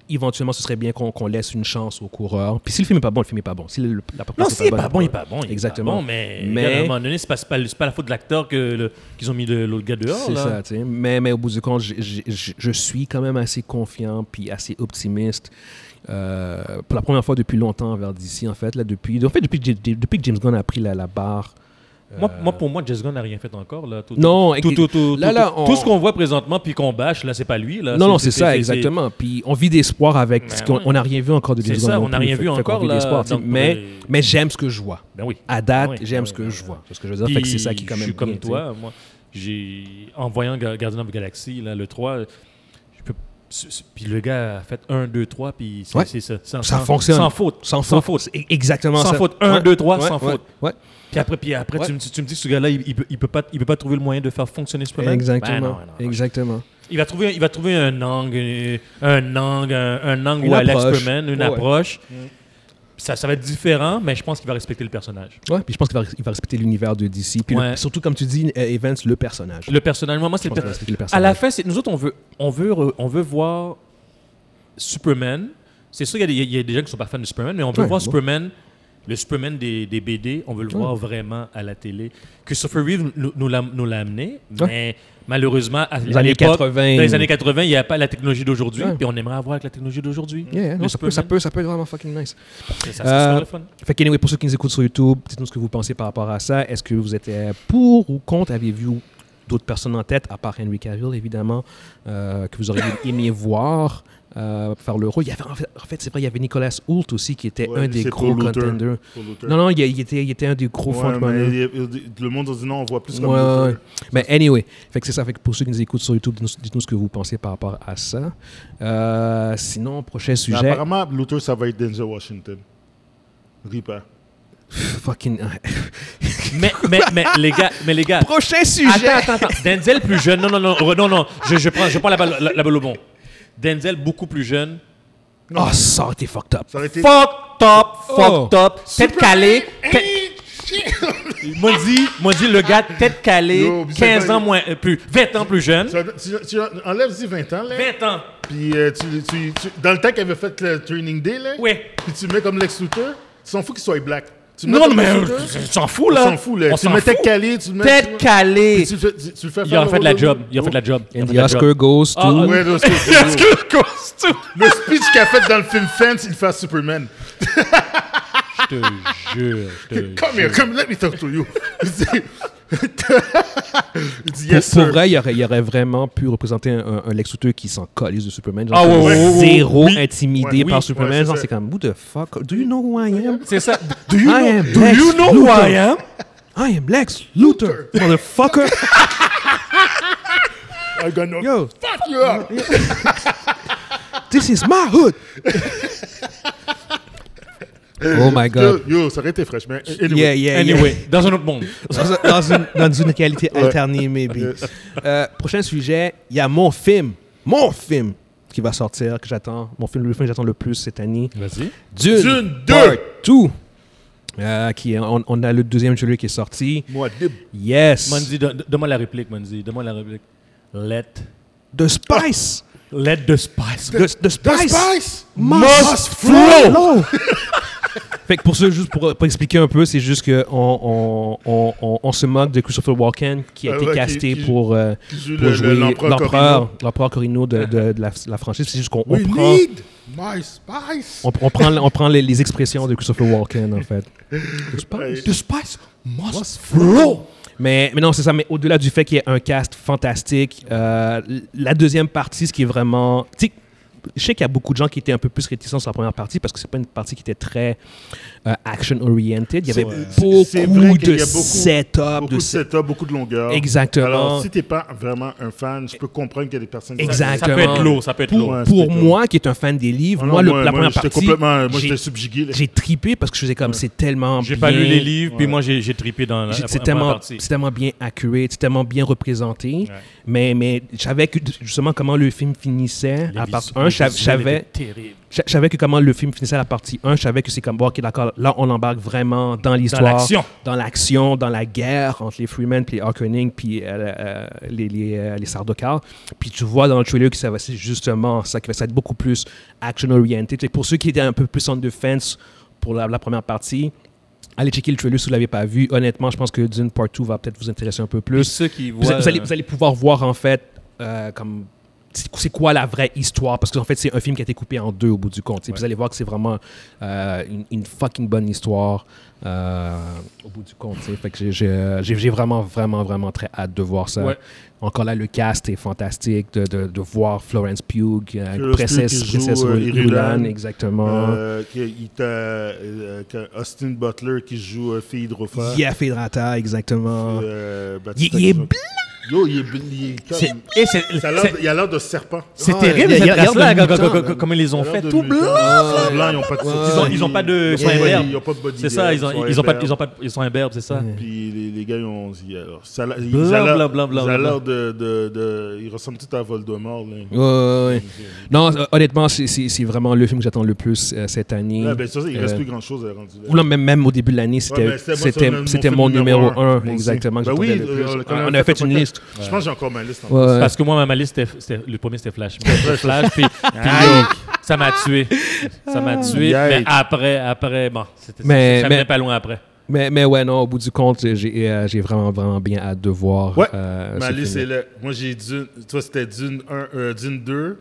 S1: Éventuellement, ce serait bien qu'on qu'on laisse une chance au coureur. Puis si le film est pas bon, le film est pas bon. Si le- la performance
S3: Non,
S1: est
S3: s'il est
S1: bonne,
S3: pas bon, il est pas bon. il est
S1: Exactement.
S3: pas bon, mais,
S1: Mais-
S3: regarde, à un moment donné, c'est pas, c'est pas, c'est pas la faute de l'acteur que le- qu'ils ont mis le- l'autre gars dehors.
S1: C'est
S3: là.
S1: ça, tu sais. Mais, mais au bout du compte, j'ai- j'ai- j'ai- je suis quand même assez confiant puis assez optimiste. euh, pour la première fois depuis longtemps envers DC, en fait. Là, depuis, en fait, depuis, que j'ai- depuis que James Gunn a pris la, la barre.
S3: Ah, Moi, moi, pour moi, Jess Gunn n'a rien fait encore. Là. Tout,
S1: Euh. Non,
S3: tout, tout, tout,
S1: là,
S3: tout-
S1: là,
S3: tout-
S1: on-
S3: tout ce qu'on voit présentement puis qu'on bâche, là, c'est pas lui. Là.
S1: Non, non, c'est ça, exactement. Puis on vit d'espoir avec. parce
S3: Ben
S1: qu'on-
S3: ouais.
S1: On n'a rien vu encore de
S3: C'est
S1: James Gunn.
S3: ça,
S1: non
S3: on n'a
S1: plus.
S3: rien
S1: Fait-
S3: vu
S1: fait qu'on
S3: encore,
S1: vit
S3: là.
S1: d'espoir, tu sais.
S3: Donc,
S1: mais
S3: euh,
S1: mais j'aime ce que je vois.
S3: Ben oui.
S1: À date,
S3: Ouais,
S1: j'aime
S3: ouais,
S1: ce que
S3: ouais,
S1: je
S3: ouais.
S1: vois. C'est ce que je veux dire. Fait que c'est Ah, ça qui,
S3: Puis,
S1: est quand
S3: Je
S1: même.
S3: suis comme
S1: bien, tu sais.
S3: toi. Moi, j'ai en voyant Ga- Guardian of the Galaxy, là, le 3, je peux. c'est- c'est- Puis le gars a fait 1, 2, 3, puis c'est
S1: Ouais.
S3: c'est ça. Sans,
S1: Ça
S3: sans-
S1: fonctionne.
S3: Sans faute.
S1: Sans faute. C'est Exactement
S3: Sans
S1: ça.
S3: faute. Un,
S1: Ouais.
S3: deux, trois,
S1: Ouais,
S3: sans
S1: ouais,
S3: faute.
S1: Ouais.
S3: Puis après, puis après
S1: Ouais.
S3: tu, me, dis- tu me dis que ce gars-là, il, il, peut, il, peut pas, il peut pas trouver le moyen de faire fonctionner Superman. Ben non,
S1: Exactement.
S3: ben non.
S1: Exactement.
S3: Il va trouver, il va trouver un angle, euh, un angle, un, un angle
S1: Une
S3: où Alex
S1: approche.
S3: Superman, une
S1: Ouais. Mm.
S3: approche. Ça, ça va être différent, mais je pense qu'il va respecter le personnage.
S1: Ouais, puis je pense qu'il va, il va respecter l'univers de DC. Puis le-
S3: Ouais.
S1: surtout, comme tu dis, euh, Evans, le personnage.
S3: Le personnage, moi, moi, c'est
S1: Je pense qu'il
S3: le per-
S1: va respecter le personnage.
S3: À la fin, c'est- nous autres, on veut, on veut, re- on veut voir Superman. C'est sûr qu'il y a des- il y, a des gens qui sont pas fans de Superman, mais on veut
S1: Ouais,
S3: voir
S1: bon.
S3: Superman Le Superman des, des BD, on veut le voir vraiment à la télé. Christopher Reeve nous, nous l'a nous l'a amené, mais malheureusement, à,
S1: Les
S3: à
S1: années
S3: l'époque,
S1: 80.
S3: dans les années 80, il n'y a pas la technologie d'aujourd'hui,
S1: Ouais.
S3: puis on aimerait avoir avec la technologie d'aujourd'hui.
S1: Yeah, yeah.
S3: Le
S1: Non, ça, peut, ça,
S3: Superman.
S1: peut, ça peut être vraiment fucking nice.
S3: Ça, ça serait
S1: Euh,
S3: le fun.
S1: Fait que, anyway, pour ceux qui nous écoutent sur YouTube, dites-nous ce que vous pensez par rapport à ça. Est-ce que vous êtes euh, pour ou contre? Avez-vous d'autres personnes en tête, à part Henry Cavill, évidemment, euh, que vous auriez aimé voir euh, faire le rôle? Il y avait, en fait, en fait, c'est vrai, il y avait Nicolas Hoult aussi, qui était
S2: Ouais,
S1: un des
S2: c'est
S1: gros
S2: Paul Luther.
S1: contenders.
S2: Pour l'auteur.
S1: Non, non, il, il était, il était un des gros
S2: Ouais, mais
S1: frontrunners.
S2: il y a- il y a- le monde dit non, on voit plus comme
S1: Ouais,
S2: l'auteur.
S1: ouais. Mais anyway, fait que c'est ça. Fait que pour ceux qui nous écoutent sur YouTube, dites-nous dites-nous ce que vous pensez par rapport à ça. Euh, sinon, prochain
S2: Mais
S1: sujet.
S2: apparemment, l'auteur, ça va être Denzel Washington. hein. Ris pas.
S1: Fucking...
S3: Mais, mais, mais, les gars, mais les gars,
S1: prochain sujet.
S3: attends, attends, attends. Denzel plus jeune, non, non, non, re- non, non, je, je prends, je prends la, balle, la, la balle au bon. Denzel beaucoup plus jeune.
S1: Oh, ça, t'es fucked up.
S2: Ça aurait été.
S3: Fuck top, fuck
S1: Oh.
S3: top, tête calée, tête- Moi dit, moi dit le gars tête calée,
S2: Yo, puis c'est
S3: 15
S2: pas-
S3: ans moins euh, plus, 20 ans plus jeune.
S2: Ça- Tu, tu enlèves-y 20 ans, là.
S3: 20 ans.
S2: Puis euh, tu, tu- tu- dans le temps qu'il avait fait le training day, là.
S3: Oui.
S2: Puis tu mets comme Lex Luthor. Tu s'en fous qu'il soit black. Tu le mets
S3: Non,
S2: comme
S3: mais
S2: Lex
S3: euh,
S2: Luthor,
S3: on s'en fout
S2: on
S3: là.
S2: s'en fout, là.
S3: On
S2: Tu
S3: s'en
S2: le mets tête
S3: fout.
S2: calée, tu le mets. tu le
S3: Tête
S2: mets-
S3: calée.
S2: Puis Tu, le fais- tu- tu le fais
S3: Il
S2: faire
S3: a
S2: le
S3: fait de la
S2: rôle
S3: job, il a fait de la
S2: Oh.
S3: job. Il a
S1: And
S3: fait
S1: the
S3: de la job.
S1: Oscar goes
S3: Ah,
S1: to...
S3: ah,
S2: Ouais, non, c'est-
S4: costume.
S2: Le speech qu'il a fait dans le film Fence, il fait à Superman.
S3: Je te jure, je te
S2: Come here, come, let me talk to you. Il dit- Il dit,
S1: Pour,
S2: yes,
S1: pour
S2: sir.
S1: vrai, il aurait, il aurait vraiment pu représenter un, un- un Lex Luthor qui s'en colise de Superman. Genre,
S3: Ah ouais,
S1: comme
S3: ouais, ouais, ouais,
S1: Zéro
S3: oui.
S1: intimidé
S2: Ouais,
S1: par
S2: oui,
S1: Superman.
S2: ouais, c'est
S1: genre,
S2: ça.
S1: c'est comme, who the fuck? Do you know who I am?
S3: C'est ça.
S1: Do you
S3: know-
S1: do
S3: you know who I am?
S1: I am Lex Luthor, motherfucker.
S2: I got no-
S1: Yo,
S2: Fuck you up.
S1: this is my hood. oh my
S2: Yo,
S1: god.
S2: yo, ça aurait été fraîche, mais anyway.
S1: Yeah, yeah, yeah.
S3: Anyway, dans un autre monde.
S1: Dans, un- dans une, dans une réalité alternée, maybe. Euh, prochain sujet, il y a mon film. Mon film qui va sortir, que j'attends. Mon film, le film que j'attends le plus cette année.
S3: Vas-y.
S1: Dune,
S2: Dune
S1: Part
S2: 2.
S1: Two. Euh, qui est- on, on a le deuxième trailer qui est sorti.
S2: Moi, dib.
S1: Yes.
S3: Mandy, don- don- donne-moi la réplique, Mandy, donne-moi la réplique. Let
S1: The Spice.
S3: let the spice
S1: The, the Spice.
S2: Spice!
S1: must flow. fait que pour ça, juste pour, pour expliquer un peu, c'est juste qu'on on, on, on, on se moque de Christopher Walken qui a
S2: Ah
S1: été
S2: ouais, qui-
S1: casté
S2: qui-
S1: pour, euh,
S2: qui joue
S1: pour
S2: le-
S1: jouer
S2: le- l'empereur
S1: l'empereur l'empereur Corino de, de, de la, la franchise. C'est juste qu'on on
S2: We
S1: prend,
S2: need my spice.
S1: on, on prend, on prend les, les expressions de Christopher Walken, en fait.
S2: Ouais.
S1: The Spice must flow. Mais, mais non, c'est ça. Mais au-delà du fait qu'il y ait un cast fantastique, euh, l- la deuxième partie, ce qui est vraiment. tu sais, je sais qu'il y a beaucoup de gens qui étaient un peu plus réticents sur la première partie parce que c'est pas une partie qui était très euh, action-oriented. Il y avait
S2: C'est vrai
S1: beaucoup
S2: qu'il y
S1: de
S2: a beaucoup-
S1: setup,
S2: Beaucoup
S1: de
S2: de
S1: set-
S2: setup, beaucoup de longueur.
S1: Exactement.
S2: Alors, si t'es pas vraiment un fan, je peux comprendre qu'il y a des personnes qui...
S1: Exact.
S3: Ça peut être
S1: Exactement.
S3: lourd, ça peut être
S1: Pour,
S3: lourd.
S2: Ouais,
S1: pour
S2: c'était cool.
S1: moi, qui est un fan des livres,
S2: Ah non,
S1: moi, le- la première
S2: j'étais
S1: partie,
S2: Complètement, moi,
S1: j'ai-
S2: j'étais subjugué. là.
S1: j'ai trippé parce que je faisais comme c'est tellement
S3: J'ai
S1: bien.
S3: pas lu les livres, puis moi j'ai j'ai trippé dans la,
S1: J'ai-
S3: la
S1: C'est
S3: première
S1: tellement,
S3: partie.
S1: c'est tellement bien accurate, c'est tellement bien représenté. Mais, mais je savais que justement comment le film finissait.
S3: Les
S1: À part
S3: visu-
S1: 1,
S3: les
S1: je sav- je
S3: visuels
S1: savais,
S3: étaient terribles.
S1: je je savais que comment le film finissait à la partie 1, je savais que c'est comme, bon, ok, d'accord, là, on embarque vraiment dans l'histoire.
S3: l'action.
S1: Dans l'action, dans la guerre entre les Freemen, puis les Harkonnen, puis euh, euh, les, les, euh, les Sardaukar. Puis tu vois dans le trailer que ça va c'est justement ça, qui va ça va être beaucoup plus action-oriented. Fait que Pour ceux qui étaient un peu plus on the fence pour la, la première partie, allez checker le trailer si vous ne l'avez pas vu. Honnêtement, je pense que Dune Part 2 va peut-être vous intéresser un peu
S3: Puis
S1: plus.
S3: ceux qui
S1: Vous,
S3: voient
S1: vous allez,
S3: euh,
S1: vous allez pouvoir voir en fait euh, comme c'est c'est quoi la vraie histoire parce qu'en fait c'est un film qui a été coupé en deux au bout du compte. Puis Vous allez voir que c'est vraiment euh, une, une fucking bonne histoire euh, au bout du compte. tu sais. Fait que j'ai- j'ai j'ai- j'ai vraiment vraiment vraiment très hâte de voir ça.
S3: Ouais.
S1: Encore là le cast est fantastique de, de- de voir Florence Pugh, euh,
S2: Florence
S1: princesse
S2: Pugh qui joue,
S1: princesse
S2: euh, Irulan.
S1: Irulan, exactement.
S2: Euh, que- il t'a, euh, que Austin Butler qui joue euh, Fille Hydrophore.
S1: Yafé Hidrata, exactement.
S2: Euh,
S1: Il-
S2: Batista
S1: il est
S2: qui joue-
S1: blanc.
S2: Yo, il est bl- il est
S3: c'est-
S2: comme-
S3: et c'est-
S2: ça a l'air
S3: c'est-
S2: de- Il a l'air de serpent.
S3: C'est
S1: Ah Ouais, il
S3: terrible,
S1: y a-
S3: cette
S1: il y a l'air
S3: race-là,
S1: de
S3: co-
S1: mutant,
S3: co- co- comment ils les ont
S2: Ça a
S3: fait,
S2: l'air de
S3: tout
S2: mutant.
S3: blanc.
S2: Ils sont blancs, ils n'ont pas de
S3: Ils ont- ils ont pas de- ils sont imberbes.
S2: Ils n'ont pas de body.
S3: C'est ça, ils ont,
S2: sont
S3: ils ont pas,
S2: imberbes.
S3: ils ont pas, ils sont imberbes, c'est ça.
S2: Puis les, les gars, ils ont. ils- alors, ça, a l'air- ils
S3: Bla,
S2: a
S3: bla,
S2: l'air-
S3: bla, bla,
S2: ils a
S3: bla.
S2: l'air de, de, de. Ils ressemblent tout à Voldemort. Là.
S1: Ouais, ouais, ouais. Non, euh, honnêtement, c'est- c'est c'est vraiment le film que j'attends le plus euh, cette année.
S2: Là, ben, ça, il reste
S1: Euh,
S2: plus grand chose à rendu là.
S1: Ou là, même, même au début de l'année,
S2: Ouais,
S1: c'était
S2: ben, c'était moi,
S1: c'était
S2: c'est mon-
S1: c'était
S2: mon
S1: mon
S2: film
S1: numéro
S2: numéro
S1: 1,
S2: un. Moi aussi.
S1: exactement. que
S2: Ben
S1: j'attendais
S2: oui,
S1: le
S2: euh,
S1: plus.
S2: quand
S1: on
S2: on
S1: a
S2: a
S1: fait
S2: fait
S1: une
S2: le
S1: liste.
S2: Je pense que j'ai encore ma liste. en
S1: Ouais.
S3: Parce que moi, ma liste, c'était- c'était- le premier, c'était Flash. Mais après Flash, puis, puis yo, ça m'a tué. Ça m'a tué. Mais
S2: Yikes.
S3: après, après, bon, c'était
S1: Mais-
S3: ça
S1: mais-
S3: venait pas loin après.
S1: Mais, mais ouais, non, au bout du compte, j'ai euh, j'ai vraiment, vraiment bien hâte de voir.
S2: Ouais.
S1: euh,
S2: Ma
S1: ce
S2: liste
S1: film.
S2: est là. Moi, j'ai Dune. Toi, c'était Dune 1, euh, Dune 2,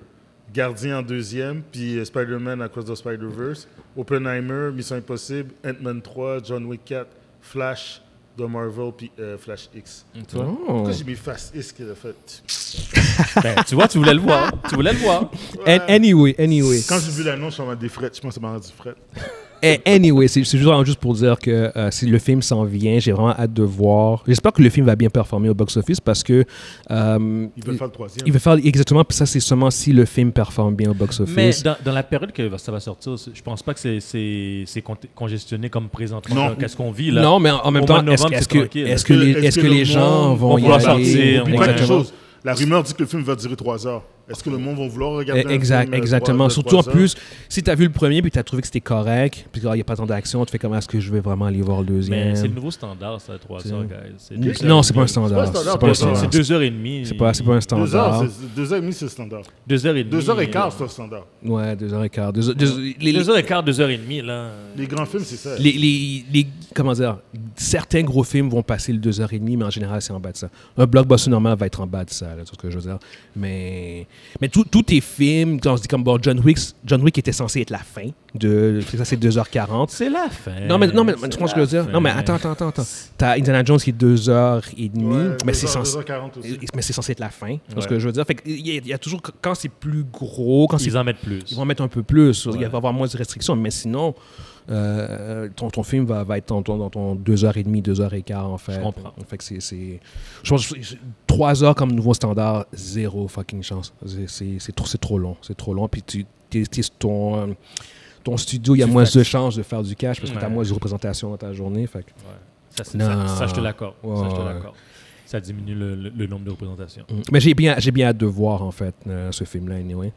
S2: Gardien en deuxième, puis euh, Spider-Man Across the Spider-Verse, Oppenheimer, Mission Impossible, Ant-Man 3, John Wick 4, Flash de Marvel, puis euh, Flash X.
S1: Oh.
S2: Pourquoi j'ai mis Flash X qu'il a fait
S3: Ben, tu vois, tu voulais le voir. Tu voulais le voir.
S1: An- Anyway, anyway.
S2: Quand j'ai vu l'annonce, je m'en des frettes. Je pense que ça m'a rendu frette.
S1: Eh, Anyway, c'est c'est juste, vraiment juste pour dire que euh, si le film s'en vient, j'ai vraiment hâte de voir. J'espère que le film va bien performer au box-office parce que. euh,
S2: Ils veulent faire le troisième.
S1: il va faire exactement, puis ça, c'est seulement si le film performe bien au
S3: Mais
S1: box-office.
S3: dans, dans la période que ça va sortir, je pense pas que c'est- c'est c'est con- congestionné comme présentement.
S2: Non.
S3: là, Qu'est-ce qu'on vit là?
S1: Non, mais en en même
S3: Au
S1: temps,
S3: mois de
S1: est-ce
S3: novembre,
S1: est-ce
S3: c'est
S1: que,
S3: tranquille.
S1: est-ce que les, est-ce que les gens
S2: monde
S1: vont y
S3: pouvoir
S1: aller?
S3: sortir?
S2: Oublie pas quelque
S1: Exactement.
S2: chose. La rumeur dit que le film va durer 3 heures. Est-ce que le monde va vouloir regarder un
S1: Eh, Exact,
S2: film, euh,
S1: exactement.
S2: trois- de
S1: Surtout en
S2: trois heures?
S1: plus, si tu as vu le premier puis tu as trouvé que c'était correct, puis qu'il n'y a pas tant d'action, tu fais comment est-ce que je vais vraiment aller voir le
S3: Mais
S1: deuxième
S3: c'est le nouveau standard, ça, 3 heures, guys. C'est
S1: N-
S3: deux
S1: Non,
S3: heures
S1: c'est
S3: et
S1: pas un
S3: demie.
S1: standard.
S2: C'est pas un
S1: C'est
S2: standard,
S1: pas un
S2: c'est un
S1: standard.
S3: C'est deux heures et demie.
S1: C'est pas, c'est pas un
S2: Deux heures,
S1: standard.
S2: c'est- deux heures et demie, c'est le standard.
S3: Deux heures et demie.
S2: Deux heures et quart,
S3: euh,
S2: c'est le standard.
S1: Ouais, deux heures et quart. Deux, heures- deux- les, les,
S3: Deux heures et quart, deux heures et demie, là.
S2: Les grands films, c'est ça.
S1: les- les- les- comment dire, certains gros films vont passer le deux heures et demie, mais en général, c'est en bas de ça. Un blockbuster normal va être en bas de ça, là, c'est ce que je veux dire. Mais, mais tout- tous tes films, quand on se dit comme bon, John Wick, John Wick était censé être la fin, de, ça c'est 2h40.
S3: C'est la fin.
S1: Non, mais, non, mais tu
S3: C'est
S1: comprends ce
S3: la
S1: que je veux dire? Non, mais
S3: fin.
S1: attends, attends, attends. attends. T'as Indiana Jones qui est 2h30, mais c'est censé.
S2: 2h40 aussi.
S1: Mais c'est censé être la fin, c'est ce que je veux dire. Fait que il y, a- il y a toujours, quand c'est plus gros, quand c'est
S3: Ils en mettent plus.
S1: ils vont en mettre un peu plus. Il va y avoir moins de restrictions. Mais sinon, euh, ton, ton film va, va être dans ton, dans ton 2h30, 2h15, en fait.
S3: Je comprends.
S1: Fait que c'est- c'est. Je pense 3 heures comme nouveau standard, zéro fucking chance. C'est- C'est c'est trop, c'est trop long. C'est trop long. Puis tu, t'es- t'es- ton, euh, ton studio, il y a
S3: Tu
S1: moins
S3: faxes.
S1: de chances de faire du cash parce que tu as
S3: Ouais.
S1: moins de représentations dans ta journée. Fait que-
S3: Ça, c'est-
S1: Non.
S3: ça, ça, je te l'accorde. Ça, je te
S1: Ouais.
S3: l'accorde. Ça diminue le, le- le nombre de représentations.
S1: Mm. Mais j'ai bien, j'ai bien hâte de voir, en fait, euh, ce film-là, anyway.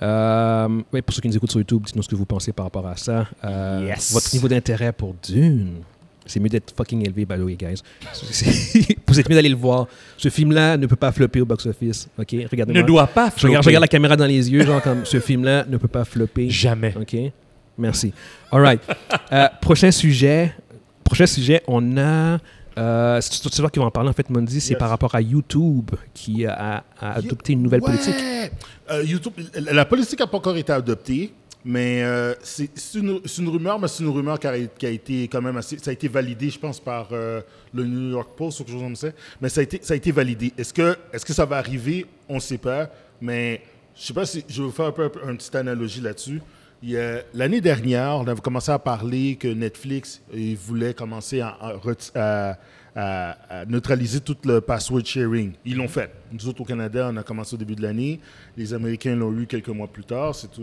S1: Euh, ouais, pour ceux qui nous écoutent sur YouTube, dites-nous ce que vous pensez par rapport à ça. Euh,
S4: Yes.
S1: Votre niveau d'intérêt pour Dune. C'est mieux d'être fucking élevé, by the way, guys. C'est- vous êtes mieux d'aller le voir. Ce film-là ne peut pas flopper au box-office. OK? Regardez-moi.
S3: Ne doit pas
S1: je, regarde, je
S3: flopper.
S1: regarde la caméra dans les yeux, genre comme ce film-là ne peut pas flopper.
S3: Jamais.
S1: OK? Merci. All right. Euh, prochain sujet. Prochain sujet, on a. euh, c'est c'est toi qui vas en parler, en fait, Mondi. C'est
S2: Yes.
S1: par rapport à YouTube qui a, a adopté une nouvelle
S2: Ouais.
S1: politique.
S2: Euh, YouTube, la la politique n'a pas encore été adoptée, mais euh, c'est c'est une, c'est une rumeur, mais c'est une rumeur qui a, qui a été quand même assez. Ça a été validé, je pense, par euh, le New York Post ou quelque chose comme ça. Mais ça a été, ça a été validé. Est-ce que, est que ça va arriver On ne sait pas. Mais je sais pas si je vais vous faire un peu un- une petite analogie là-dessus. Il y a- L'année dernière, on avait commencé à parler que Netflix il voulait commencer à, à reti- à- à- à neutraliser tout le password sharing. Ils l'ont fait. Nous autres au Canada, on a commencé au début de l'année. Les Américains l'ont eu quelques mois plus tard. C'est tout-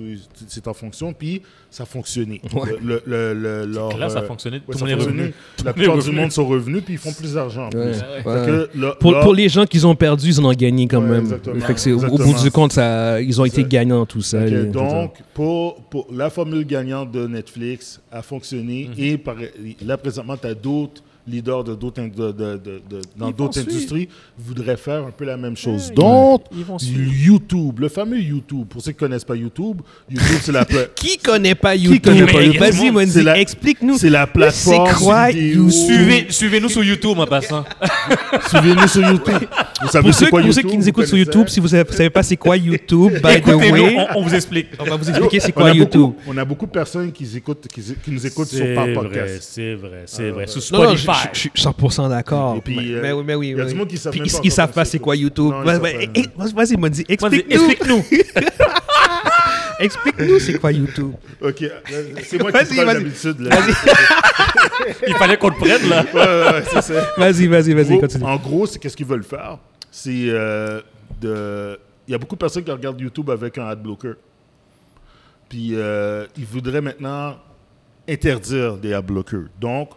S2: C'est en fonction. Puis ça a fonctionné. Le- le- le- le- leur,
S3: clair, ça a
S2: euh,
S3: fonctionné.
S2: ouais,
S3: Tout le
S2: ça
S3: monde
S2: a
S3: est
S2: fonctionné.
S3: revenu.
S2: La
S3: le monde est
S2: plupart du
S3: revenu.
S2: monde sont revenus puis ils font plus d'argent. en plus.
S1: Ouais.
S2: Fait que le-
S1: Pour,
S2: leur-
S1: pour les gens qu'ils ont perdu, ils en ont gagné quand
S2: Ouais,
S1: même.
S2: exactement.
S1: Fait que c'est- au- au bout
S2: Exactement.
S1: du compte, ça, ils ont été
S2: C'est-
S1: gagnants, tout ça.
S2: Ok,
S1: les-
S2: donc, pour, pour la formule gagnante de Netflix a fonctionné
S3: Mhm.
S2: et par- là, présentement, tu as d'autres leaders de d'autres in- de- de- de- de- dans
S3: Ils
S2: d'autres
S3: vont suivre.
S2: industries qui voudraient faire un peu la même chose. donc,
S3: Ils vont suivre.
S2: YouTube, le fameux YouTube, pour ceux qui ne connaissent pas YouTube, YouTube, c'est la, pla-
S4: Qui connaît pas
S2: Qui connaît pas
S4: Mais
S2: YouTube?
S4: Vas-y, Monzi,
S2: C'est la-
S4: explique-nous.
S2: c'est la plateforme.
S4: C'est quoi
S2: vidéo.
S3: Suivez- Suivez-nous sur YouTube en passant.
S2: Suivez-nous sur YouTube. Vous savez
S4: Pour
S2: c'est
S4: ceux,
S2: quoi
S4: pour ceux
S2: YouTube
S4: qui nous
S2: Vous
S4: écoutent sur
S2: connaissez?
S4: YouTube, si vous ne savez pas c'est quoi YouTube, by
S1: ben
S4: the
S3: Écoutez-nous,
S4: way,
S3: on, on vous explique.
S4: on va vous expliquer c'est
S2: on
S4: quoi
S2: a,
S4: YouTube.
S2: beaucoup, on a beaucoup de personnes qui, écoutent, qui, qui nous écoutent sur
S3: C'est
S2: par
S3: vrai,
S2: podcast.
S3: c'est vrai, c'est vrai. Sur
S1: Non, non, je,
S3: Spotify.
S1: je- je suis 100% d'accord.
S4: Oh,
S2: Et puis,
S1: Mais-
S4: Ben,
S2: euh,
S1: mais oui, mais oui.
S2: il y a
S1: oui.
S2: du monde qui savent
S4: Puis
S2: même
S4: ils-
S2: pas
S4: ils
S2: encore
S4: savent pas
S2: comment
S4: c'est quoi YouTube.
S2: Non, ils
S4: Vas-
S2: savent
S4: vas-
S2: pas.
S4: eh, Vas-y, Monzi,
S3: Vas-y,
S4: explique-nous.
S3: Explique-nous.
S4: Explique-nous c'est quoi YouTube.
S2: Ok, là, c'est moi
S4: Vas-y,
S2: qui parle
S4: vas-y.
S2: d'habitude. là.
S3: Il fallait qu'on le prenne, là.
S2: Ouais, ouais, ouais, c'est ça.
S4: Vas-y, vas-y,
S2: En
S4: vas-y,
S2: gros-
S4: continue.
S2: En gros, c'est qu'est-ce qu'ils veulent faire. C'est euh, de. Il y a beaucoup de personnes qui regardent YouTube avec un ad blocker. Puis euh, ils voudraient maintenant interdire des ad blockers. Donc,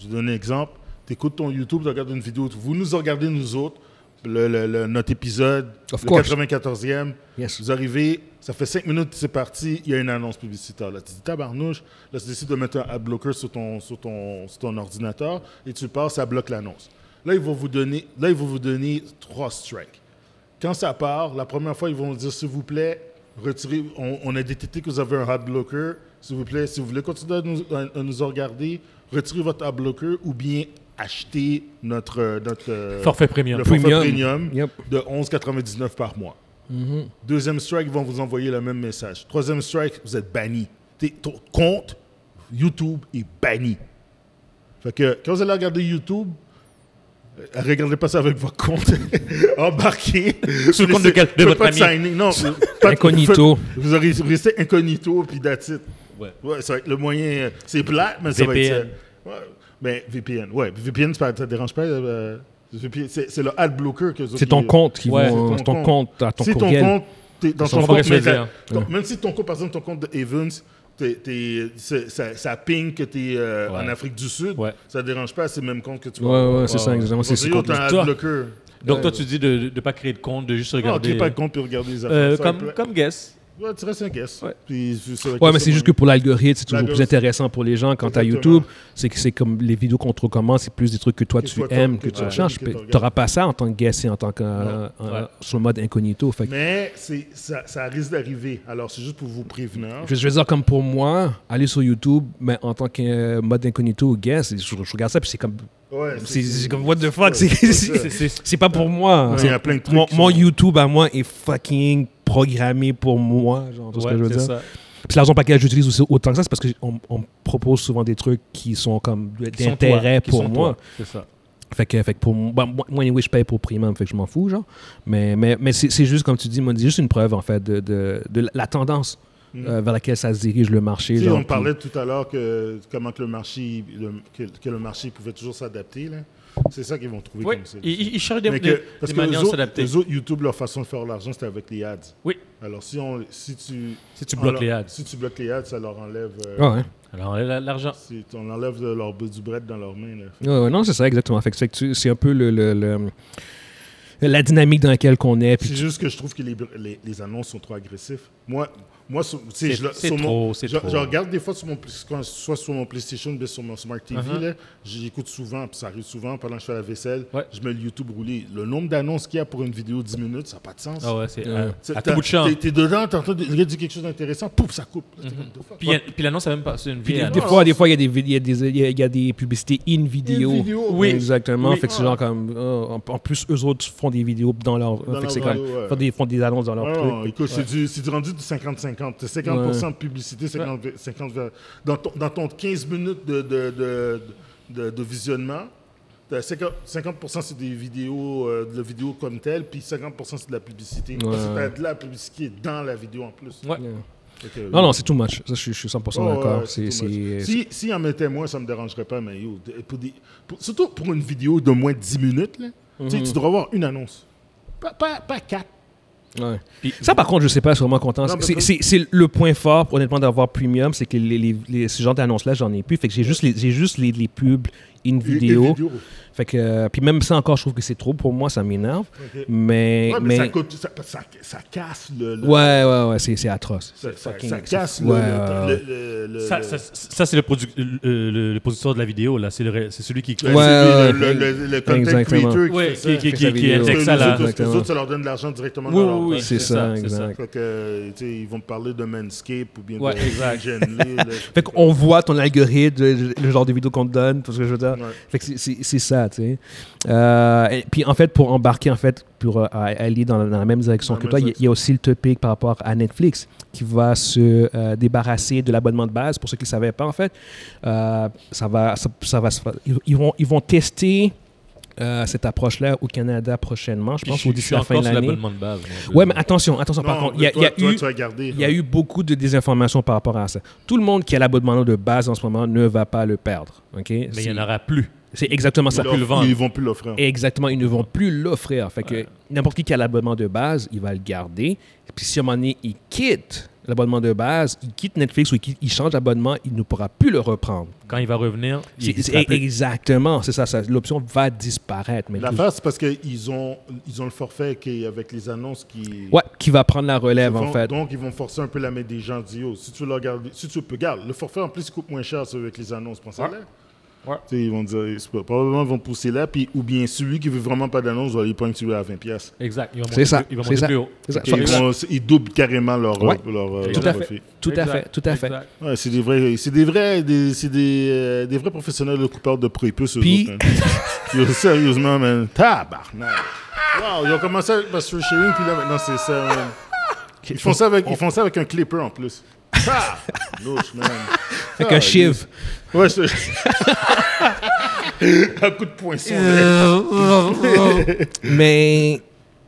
S2: je donne un exemple. Tu écoutes ton YouTube, tu regardes une vidéo. Vous nous regardez, nous autres, le- le- le- notre épisode,
S1: Of
S2: le
S1: course.
S2: 94e.
S1: Yes.
S2: Vous arrivez, ça fait 5 minutes, c'est parti, il y a une annonce publicitaire. Là, tu dis tabarnouche, là, tu décides de mettre un ad blocker sur ton, sur ton, sur ton ordinateur et tu passes, ça bloque l'annonce. Là, ils vont vous donner, là, ils vont vous donner trois strikes. Quand ça part, la première fois, ils vont dire, s'il vous plaît, retirez, on, on a détecté que vous avez un ad blocker. S'il vous plaît, si vous voulez continuer à nous, à- à nous regarder, retirez votre ad blocker ou bien achetez notre, euh, notre euh,
S3: Forfait premium.
S2: le forfait
S1: Premium.
S2: premium
S1: Yep.
S2: de 11,99 par mois. Deuxième strike, ils vont vous envoyer le même message. Troisième strike, vous êtes banni. T'es- Ton compte YouTube est banni. Fait que quand vous allez regarder YouTube, euh, regardez pas ça avec votre compte. Embarquez. Sous
S3: le compte de quel- de votre ami.
S2: Non, pas-
S1: Incognito.
S2: Vous aurez vous restez incognito, puis that's it.
S3: Ouais.
S2: Ouais, ça va être le moyen. euh, C'est plat, mais ça va être.
S3: VPN.
S2: ça. Ouais, ben, VPN. Ouais, VPN, c'est pas- ça ne dérange pas. euh, VPN, c'est c'est le ad blocker que
S1: C'est ton compte qui
S3: Ouais,
S1: vont-
S2: euh, c'est
S1: c'est
S2: ton
S1: ton compte, à ton
S2: si
S1: courriel.
S2: ton compte, t'es dans
S3: sont
S2: ton compte, mais
S3: progressifs,
S2: t'as-
S3: hein.
S2: ton- même si ton compte, par exemple, ton compte de Evans, t'es- t'es- c'est- ça, ça ping que tu es
S3: Ouais.
S2: en Afrique du Sud,
S3: Ouais.
S2: ça te dérange pas, c'est le même compte que tu
S1: Ouais,
S2: vas avoir.
S1: ouais, c'est ça, exactement.
S2: Ils vont
S1: C'est c'est
S2: dire, Yo,
S1: compte.
S2: t'as un
S3: Toi.
S2: blocker.
S3: Donc, toi, tu dis de ne pas créer de compte, de juste
S2: Euh, Non,
S3: regarder.
S2: t'es pas compte puis regarder les affaires.
S3: Euh,
S2: ça va être
S3: comme,
S2: plein.
S3: comme guess.
S2: Ouais, tu restes un guess.
S3: Ouais.
S2: Puis, ça va être
S1: Ouais, mais c'est
S2: ça,
S1: juste que pour l'algorithme, c'est toujours
S2: L'algorithme,
S1: plus intéressant pour les gens. Quant à
S2: Exactement.
S1: YouTube, c'est que c'est comme les vidéos qu'on te recommande, c'est plus des trucs que toi
S2: Que
S1: tu
S2: toi, t'as-
S1: aimes,
S2: que
S1: que, tu
S2: t'as-
S1: recherches.
S2: que t'as regardé.
S1: Tu n'auras pas ça en tant que guest et en tant que. euh,
S3: Non.
S1: euh,
S3: Ouais.
S1: sur le mode incognito. Fait que-
S2: Mais c'est- ça, ça risque d'arriver. Alors, c'est juste pour vous prévenir.
S1: je, je vais dire, comme pour moi, aller sur YouTube, mais en tant que euh, mode incognito ou guest, je, je regarde ça, puis c'est comme.
S2: Ouais,
S1: C'est c'est comme, what the fuck?
S2: c'est-
S1: c'est-
S2: c'est-
S1: C'est c'est- c'est pas pour moi.
S2: Ouais,
S1: C'est-
S2: il y a plein de trucs
S1: mon,
S2: qui
S1: mon
S2: sont-
S1: YouTube à moi est fucking programmé pour moi. Genre, tu vois ce que je veux dire?
S3: ça.
S1: Puis la raison pour laquelle j'utilise aussi autant que ça, c'est parce qu'on on me propose souvent des trucs qui sont comme de-
S3: Qui sont
S1: d'intérêt
S3: toi, qui
S1: pour
S3: sont
S1: moi.
S3: toi, C'est ça.
S1: Fait que, fait que pour moi, ben, moi, moi, anyway, je paye pour Premium, fait que je m'en fous, genre. Mais, mais, mais c'est c'est juste, comme tu dis, moi, c'est juste une preuve, en fait, de, de, de la- la tendance euh, vers laquelle ça se dirige le marché.
S2: Mm. Tu sais,
S1: genre,
S2: on parlait tout à l'heure que comment que le marché, le- que, que le marché pouvait toujours s'adapter. là. C'est ça qu'ils vont trouver
S3: Oui,
S2: comme ça.
S3: ils il, il cherchent des,
S2: Mais
S3: des-
S2: que-
S3: des
S2: parce que
S3: manières
S2: les
S3: de
S2: autres,
S3: s'adapter.
S2: les autres, YouTube, leur façon de faire l'argent, c'était avec les ads.
S3: Oui,
S2: Alors, si, on, si, tu,
S3: si tu
S2: on
S3: bloques
S2: leur-
S3: les ads.
S2: si tu bloques les ads, ça leur enlève,
S1: puis-
S2: euh,
S1: Ah, Ouais, ouais.
S3: Alors, l- l'argent.
S2: c'est- on enlève de leur bout du bret dans leurs mains. là.
S1: Ah, Ouais, ouais, non, c'est ça, exactement. Fait que c'est que tu- c'est un peu le, le- le- la dynamique dans laquelle qu'on est. Puis
S2: C'est juste que je trouve que les, les, les annonces sont trop agressives. Moi, moi sur- tu sais,
S3: C'est-
S2: je, le-
S3: c'est
S2: sur
S3: trop,
S2: mon,
S3: c'est
S2: je,
S3: trop.
S2: je regarde des fois, sur mon, quand- soit sur mon PlayStation, mais sur mon Smart TV,
S3: Uh-huh.
S2: là, j'écoute souvent, puis ça arrive souvent pendant que je fais la vaisselle.
S3: Ouais.
S2: Je mets le YouTube roulé. Le nombre d'annonces qu'il y a pour une vidéo de 10 minutes, ça n'a pas de sens.
S3: Ah ouais, c'est
S1: Euh,
S3: à,
S2: C'est-
S3: à tout bout de champ.
S2: t'es- T'es dedans, t'es en train de le gars dit quelque chose d'intéressant, pouf, ça coupe. Là, t'es comme, the fuck.
S3: Mm-hmm. Puis, il y a- puis l'annonce, c'est même pas. C'est une vieille
S1: Puis des
S3: annonce.
S1: fois, des fois, il y a des vid- il y a des il y a- il y a des publicités in vidéo.
S2: In vidéo,
S1: oui,
S2: oui. Ah.
S1: exactement.
S3: Oui.
S1: Fait que c'est genre comme oh, en- en plus eux autres font des vidéos dans leur fait
S2: leur
S1: que c'est
S2: vidéo,
S1: comme
S2: ouais.
S1: font des font des annonces dans leur
S2: Ah
S1: truc.
S2: non, écoute, c'est du, c'est du rendu du 50-50. C'est 50% de publicité, 50, 50 dans, ton, dans ton 15 minutes de, de, de, de, de visionnement, t'as 50%, 50% c'est des vidéos, euh, de la vidéo comme telle, puis 50% c'est de la publicité.
S1: Ouais.
S2: C'est pas de la publicité qui est dans la vidéo en plus.
S3: Ouais.
S2: Fait que,
S1: Non non, c'est too much. Ça je suis, je suis 100%
S2: Ouais,
S1: d'accord.
S2: ouais,
S1: c'est
S2: c'est too
S1: c'est
S2: much. Si, si en mettait moins, ça me dérangerait pas, mais yo, de- pour des- pour- surtout pour une vidéo de moins de 10 minutes, là, tu sais,
S1: Mm-hmm.
S2: tu devrais avoir une annonce. Pas, pas, pas quatre.
S1: ouais.
S3: Puis-
S1: Ça par contre, je sais pas, je suis vraiment content.
S2: Non, mais
S1: C'est-
S2: comme-
S1: C'est c'est le point fort honnêtement d'avoir premium, c'est que les, les, les- ce genre d'annonces là, j'en ai plus. Fait que j'ai juste les j'ai juste les, les pubs in
S2: Une- une
S1: vidéo.
S2: vidéo.
S1: Fait que euh, puis même ça encore, je trouve que c'est trop pour moi, ça m'énerve.
S2: Ok.
S1: Mais
S2: Ouais, mais, Ça, coûte- ça- ça- ça casse le. le-
S1: Ouais, ouais, ouais, c'est c'est atroce.
S2: Ça, ça-
S1: fucking-
S2: ça casse le.
S1: ouais,
S2: le-
S1: ouais,
S2: le- le- le-
S3: Ça,
S2: le-
S3: ça- ça, c'est le, produ- le, le- le producteur de la vidéo, là. C'est le ré- c'est celui qui.
S2: le-
S1: Ouais, ouais,
S2: le, le-
S1: ouais.
S2: le- le content
S1: Exactement.
S2: creator qui
S3: Ouais,
S2: fait ça.
S3: qui- qui-
S1: fait sa
S3: qui
S1: vidéo.
S2: Parce que
S3: indexe
S2: les
S3: ça,
S2: autres,
S3: là.
S2: parce que les
S1: Exactement.
S2: autres, ça leur donne de l'argent directement
S3: Oui,
S2: dans leur
S3: oui, oui,
S2: poche.
S1: C'est ça,
S3: C'est ça, c'est ça.
S1: exact.
S2: Fait que, euh, tu sais, ils vont te parler de Manscape ou bien
S3: Ouais,
S2: de
S3: exact.
S2: Gen Lee, là.
S1: Fait qu'on voit ton algorithme, le, le genre de vidéo qu'on te donne, tout ce que je veux dire.
S2: Ouais.
S1: Fait que c'est- c'est c'est ça, tu sais. Euh, et puis en fait, pour embarquer, en fait, pour euh, aller dans, la- dans la même direction
S2: Dans
S1: que
S2: la même
S1: toi, il y a-
S2: direction.
S1: il y, a aussi le topic par rapport à Netflix qui va se euh, débarrasser de l'abonnement de base. Pour ceux qui ne savaient pas, en fait, euh, ça va, ça, ça va se faire- ils, ils vont, ils vont tester euh, cette approche-là au Canada prochainement, je
S3: Puis
S1: pense,
S3: je-
S1: ou
S3: je
S1: d'ici
S3: suis
S1: la fin
S3: encore
S1: de
S3: sur
S1: l'année.
S3: l'abonnement de base. euh, moi, en plus.
S1: Ouais, mais attention, attention, par
S2: Non,
S1: contre,
S2: mais
S1: il y a, il y a
S2: toi- toi,
S1: eu.
S2: tu as gardé. hein.
S1: Il y a eu beaucoup de désinformation par rapport à ça. Tout le monde qui a l'abonnement de base en ce moment ne va pas le perdre. OK?
S3: Mais il
S1: C'est-
S3: n'y en aura plus.
S1: C'est exactement
S2: Ils
S1: ça.
S2: l'offrent-
S3: plus le vendre.
S2: Ils vont plus l'offrir.
S1: Exactement, ils ne vont plus l'offrir. Fait que n'importe qui qui a l'abonnement de base, il va le garder. Puis si à un moment donné, il quitte l'abonnement de base, il quitte Netflix ou il, quitte- il change d'abonnement, il ne pourra plus le reprendre.
S3: Quand il va revenir, il
S1: C'est-
S3: existera
S1: c'est-
S3: plus.
S1: exactement, c'est ça. ça L'option va disparaître. Mais
S2: L'affaire, c'est parce qu'ils ont, ils ont le forfait qui, est avec les annonces qui.
S1: ouais, qui va prendre la relève,
S2: Ils
S1: en
S2: vont-
S1: fait.
S2: Donc, ils vont forcer un peu la main des gens. Dio, si tu le regardes, si tu peux, regarde, le forfait en plus il coûte moins cher c'est avec les annonces. Pensez-le.
S3: Ouais.
S2: Tu sais, Ils vont dire, c'est pas- probablement ils vont pousser là, puis ou bien celui qui veut vraiment pas d'annonce, va aller prendre celui à 20 pièces.
S3: Exact. Ils vont
S1: C'est
S3: monter
S1: ça.
S3: plus- Ils vont
S1: c'est
S3: monter
S1: ça,
S3: plus haut.
S1: c'est ça.
S2: Et ils,
S1: Faut-
S2: vont- ils doublent carrément leur, euh,
S1: Ouais.
S2: leur, euh,
S1: Tout
S2: leur
S1: à fait.
S2: profit.
S1: Tout à
S3: Exact,
S1: fait. Tout à fait.
S3: exact.
S2: Ouais, c'est des vrais, c'est des vrais, des, c'est des, euh, des vrais professionnels de coupeurs de prépuces. eux
S1: Puis-
S2: autres, hein. Yo, sérieusement, man, tabarnak. Wow, ils ont commencé avec Master Sharing, puis là maintenant c'est ça. man. Ils font ça avec, ils font ça avec un clipper en plus. Ah, louche, man.
S1: Avec un shiv.
S2: Ouais, c'est... un coup de poinçon. là.
S1: Mais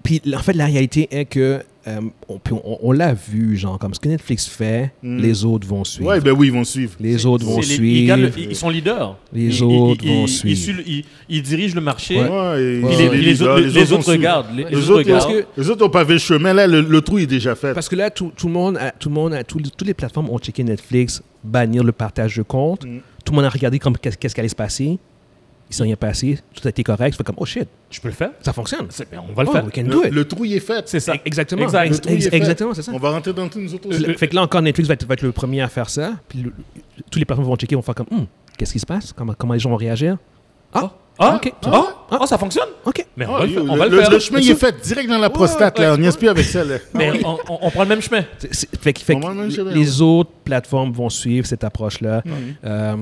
S1: puis en fait la réalité est que euh, on, peut- on- on l'a vu genre comme ce que Netflix fait, les autres vont suivre.
S2: Mm. Ouais, ben oui, ils vont suivre.
S1: les autres vont
S3: C'est les- ils gardent le-
S1: suivre.
S3: Ils, ils sont leaders.
S1: Les
S3: Ils- ils-
S1: autres
S3: ils-
S1: vont
S3: ils-
S1: suivre.
S3: Ils, suivent- ils- ils dirigent le marché.
S2: Ouais, et-
S1: Puis
S2: ils
S1: les-
S2: sont
S1: les
S2: leaders,
S3: autres- les
S2: vont
S3: autres
S2: suivre.
S3: regardent, les-
S2: Les,
S3: les autres
S2: autres,
S3: regardent.
S2: parce que- les autres ont pavé le chemin. Là, le, le trou il est déjà fait.
S1: Parce que là, tout, tout le monde, a- tout le monde a- tout le- toutes les plateformes ont checké Netflix, bannir le partage de comptes.
S3: Mm.
S1: Tout le monde a regardé comme qu'est-ce qu'est-ce qui allait se passer. Il s'est rien passé. Tout a été correct. Fait comme, oh shit,
S3: Je peux le faire.
S1: ça fonctionne.
S3: C'est- ben, on va le
S1: Oh,
S3: faire.
S1: we can do
S2: le,
S1: it.
S2: le trou il est fait.
S3: C'est ça.
S1: Exactement.
S3: Exact.
S2: Le trou, il est fait.
S1: Exactement, c'est ça.
S2: On va rentrer dans tous nous autres aussi.
S1: Le- fait que là encore, Netflix va être, va être le premier à faire ça. Puis le- tous les plateformes vont checker, vont faire comme, Hmm, qu'est-ce qui se passe? Comment, comment les gens vont réagir? Ah,
S3: Ah,
S1: ok,
S3: ah, ah, ça fonctionne.
S1: ok.
S3: Mais on
S2: Ah,
S3: va le
S2: yo,
S3: faire.
S2: le,
S3: On va
S2: le-
S3: le faire.
S2: le chemin il est fait direct dans la prostate.
S3: ouais,
S2: là. On n'y est plus avec ça. là.
S3: Mais on, on- on prend le même chemin.
S1: C'est- c'est- fait que- fait que
S2: Normalement, je sais bien,
S1: les autres plateformes vont suivre cette approche-là. Euh,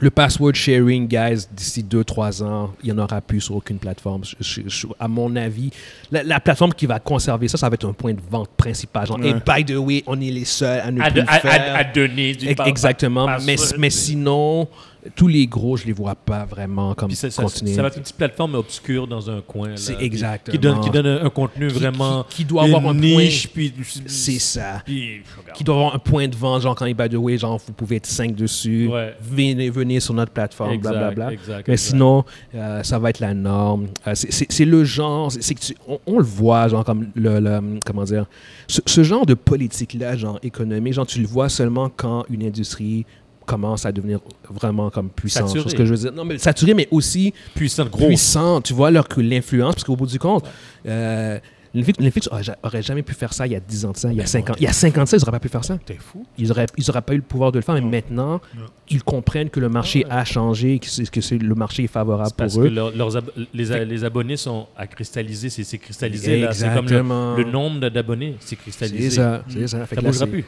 S1: le password sharing, guys, d'ici 2-3 ans, il n'y en aura plus sur aucune plateforme. Je- je- je- à mon avis, la, la plateforme qui va conserver ça, ça va être un point de vente principal. Genre,
S2: Ouais.
S1: Et by the way, on est les seuls à ne
S3: À,
S1: plus
S3: de-
S1: le
S3: à-
S1: faire.
S3: à- à donner du
S1: Ex-
S3: par-
S1: Exactement.
S3: par- par-
S1: mais,
S3: sur-
S1: mais sinon, tous les gros, je les vois pas vraiment comme
S3: Puis ça, ça-
S1: continuer.
S3: ça va être une petite plateforme obscure dans un coin. là,
S1: C'est
S3: qui-
S1: exactement.
S3: Qui donne, qui donne un, un contenu
S1: qui-
S3: vraiment.
S1: qui doit avoir
S3: une
S1: un point.
S3: niche. Puis,
S1: C'est ça.
S3: puis- regarde.
S1: Qui doit avoir un point de vente, genre quand il by the way, genre vous pouvez être 5 dessus,
S3: Ouais.
S1: venez, venez sur notre plateforme,
S3: Exact,
S1: blablabla.
S3: exact,
S1: Mais
S3: exact.
S1: sinon, euh, ça va être la norme. Euh, c'est- c'est c'est le genre, c'est- c'est que tu- on, on le voit, genre comme le, le- comment dire, ce, ce genre de politique-là, genre économique, genre tu le vois seulement quand une industrie commence à devenir vraiment comme puissante.
S3: Saturée.
S1: C'est Ce que je veux dire. Non, mais saturée, mais aussi
S3: Puissante, grosse.
S1: puissant, tu vois, leur que l'influence, parce qu'au bout du compte, euh, Netflix, Netflix aurait, ja- aurait jamais pu faire ça il y a 10 ans de ça, il y a
S3: Ben
S1: 50 il y a 50 ans, ils n'auraient pas pu faire ça.
S3: T'es fou.
S1: Ils n'auraient ils auraient pas eu le pouvoir de le faire, mais maintenant, ils comprennent que le marché a changé, que, c'est- que c'est- le marché est favorable
S3: Ah C'est parce
S1: pour
S3: que
S1: eux.
S3: leur- leurs ab- les, a- les abonnés sont à cristalliser, c'est c'est cristallisé. là. C'est comme
S1: Exactement.
S3: le, le nombre d'a- d'abonnés, c'est cristallisé.
S1: C'est ça, c'est ça. Fait
S3: Ça
S1: que là,
S3: bougera
S1: c'est-
S3: plus.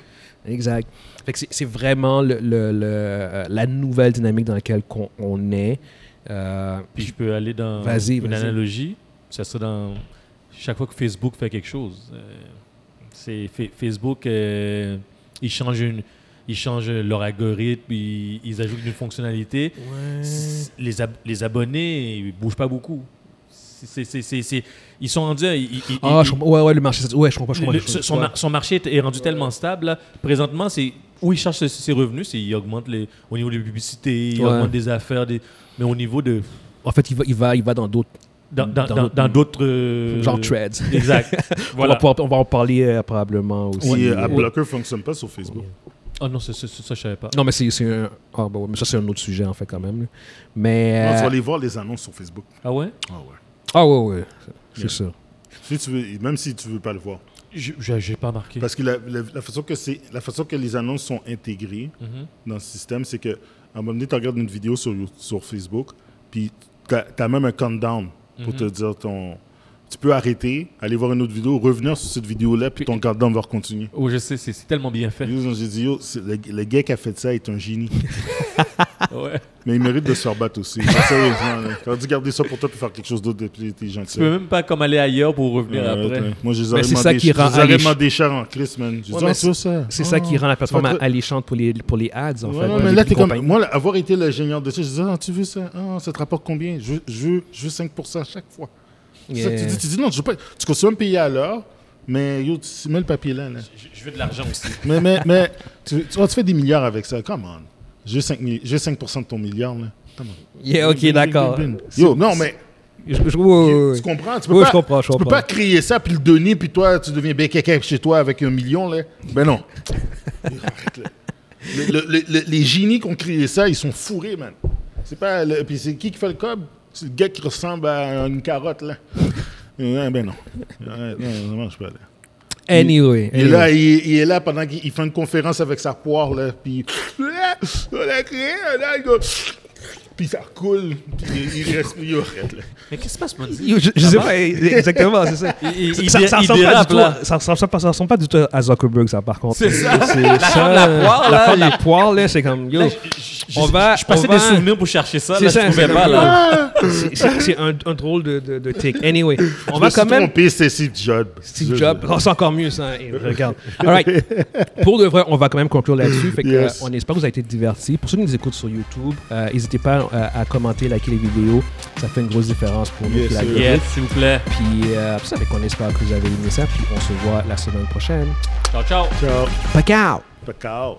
S1: Exact. Fait que c'est- c'est vraiment le- le- le, euh, la nouvelle dynamique dans laquelle qu'on- on est. Euh,
S3: Puis je peux aller dans
S1: Vas-y,
S3: une
S1: vas-y.
S3: analogie. Ça serait dans chaque fois que Facebook fait quelque chose. euh, c'est Fa- Facebook, euh, ils changent une, ils changent leur algorithme, ils, ils ajoutent une fonctionnalité.
S1: Euh.
S3: S- Les, ab- les abonnés, ils bougent pas beaucoup. C'est- c'est- c'est- c'est- ils sont rendus, à- ils- ils-
S1: ah,
S3: ils-
S1: je comprends- ouais, ouais, le marché. saturé. Ouais, je comprends, je comprends.
S3: Le-
S1: je comprends.
S3: son- son, mar- son marché est- est rendu tellement stable. là. Présentement, c'est où il cherche ses, ses revenus, c'est il augmente les, au niveau des publicités, il
S1: Ouais.
S3: augmente des affaires, des- mais au niveau de
S1: En fait, il va, il va, il va dans d'autres
S3: dans dans-
S1: Dans
S3: dans-
S1: d'autres-
S3: dans d'autres euh,
S1: genre threads.
S3: Exact.
S1: On, va
S3: voilà.
S1: pouvoir- on va en parler euh, probablement aussi.
S2: Si
S1: Euh,
S2: euh, Adblocker ne fonctionne pas sur Facebook.
S3: Oh non, ça, ça, ça, ça, je savais pas.
S1: Non, mais c'est c'est un. ah, bah ouais, mais ça, c'est un autre sujet, en fait, quand même. là.
S2: Non, tu
S1: Mais.
S2: vas
S1: euh,
S2: aller voir les annonces sur Facebook.
S3: Ah ouais.
S2: Ah ouais.
S1: Ah, ouais, ouais. C'est sûr.
S2: Si tu veux, même si tu ne veux pas le voir.
S3: Je- je- J'ai pas marqué.
S2: Parce que la, la- la façon que c'est, la façon que les annonces sont intégrées
S3: Mhm.
S2: dans le système, c'est que à un moment donné, tu regardes une vidéo sur, You- sur Facebook, puis tu as même un countdown pour
S3: Mhm.
S2: te dire ton. Tu peux arrêter, aller voir une autre vidéo, revenir sur cette vidéo-là, puis ton countdown va continuer.
S3: Oh, je sais, c'est c'est tellement bien fait.
S2: Yo, J'ai dit, yo, c'est- le, le gars qui a fait ça est un génie.
S3: Ah Ouais.
S2: Mais il mérite de se rebattre aussi. Sérieusement, là. T'aurais dû garder ça pour toi puis faire quelque chose d'autre de plus intelligent que
S3: Tu
S2: ça.
S3: peux même pas comme aller ailleurs pour revenir
S2: Ouais,
S3: après.
S2: ouais. Moi, je les
S1: Mais
S2: aurais
S1: c'est ça
S2: demandé-
S1: qui
S2: je les
S1: rend
S2: aurais
S1: alléchant.
S2: demandé cher en Chris, man. Je
S1: Ouais,
S2: dis,
S1: mais
S2: Ah, c'est ça.
S1: C'est ça qui rend la plateforme
S2: Votre-
S1: alléchante pour les, pour les ads, en
S2: Ouais,
S1: fait.
S2: non,
S1: pour
S2: mais
S1: les
S2: là, t'es comme,
S1: compagnies.
S2: moi, là, avoir été le génial de ça, je disais, ah, tu veux ça? Ah, ça te rapporte combien? Je, veux- je, veux- je veux 5% à chaque fois. C'est ça que tu
S1: Yeah.
S2: dis, tu dis, non, je veux pas. Tu continues à me payer à l'heure, mais yo, tu mets le papier là. là.
S3: Je, je veux de l'argent aussi.
S2: Mais, mais, mais tu, oh, tu, vois, tu fais des milliards avec ça. Come on. J'ai 5, mi- j'ai 5% de ton milliard, là. Come on.
S1: Yeah, ok, d'accord.
S2: Bin, bin, bin. Yo, non, mais
S1: Je- je- ouais, ouais, ouais.
S2: tu comprends? Tu peux,
S1: Oui,
S2: pas,
S1: je comprends, je
S2: tu peux
S1: comprends.
S2: pas crier ça, puis le donner, puis toi, tu deviens BKK chez toi avec un million, là. Ben non. Arrête, là. Le- le- le- les génies qui ont crié ça, ils sont fourrés, man. C'est pas... le- puis c'est qui qui fait le cob? C'est le gars qui ressemble à une carotte, là. Euh, Ben non. Euh, Non, ça marche pas, là.
S1: Anyway.
S2: Il est
S1: anyway.
S2: là, il, il est là pendant qu'il il fait une conférence avec sa poire, là, puis... On a créé, on a... puis ça coule, puis il, il reste. il arrête, là.
S3: Mais qu'est-ce qui se passe, Mondi?
S1: Yo, Je, je sais pas eh, exactement, c'est ça.
S3: Il- il-
S1: Ça-
S3: il-
S1: Ça
S3: il
S1: ressemble pas
S3: dérape,
S1: du tout
S3: là.
S1: à- ça ressemble pas- ça ressemble pas du tout à Zuckerberg, ça, par contre.
S3: C'est ça.
S1: C'est
S3: La
S1: ça,
S3: fin de la poire,
S1: La
S3: là,
S1: fin de
S3: il-
S1: la poire, là, c'est comme, yo, on va...
S3: Je passais
S1: on va-
S3: des souvenirs pour chercher ça,
S1: C'est
S3: là,
S1: ça,
S3: je trouvais
S1: c'est
S3: pas, là.
S2: Ah!
S1: C'est- C'est c'est un, un drôle de, de, de tic. Anyway, on
S2: Je
S1: va
S2: me suis
S1: quand même...
S2: trompé, c'est Steve Jobs.
S1: Steve Jobs. Oh, c'est encore mieux, ça. Eh, regarde. All right. Pour de vrai, on va quand même conclure là-dessus. Fait que,
S2: Yes.
S5: euh,
S1: euh, on espère que vous avez été divertis. Pour ceux qui nous écoutent sur YouTube, euh, n'hésitez pas euh, à commenter, liker les vidéos. Ça fait une grosse différence pour nous.
S2: Yes,
S1: qui la
S2: sir.
S1: regardons.
S3: Yeah, s'il vous plaît.
S5: Puis, euh, ça fait qu'on espère que vous avez aimé ça. Puis, on se voit la semaine prochaine.
S3: Ciao, ciao.
S2: Ciao.
S5: Pacao!
S2: Pacao.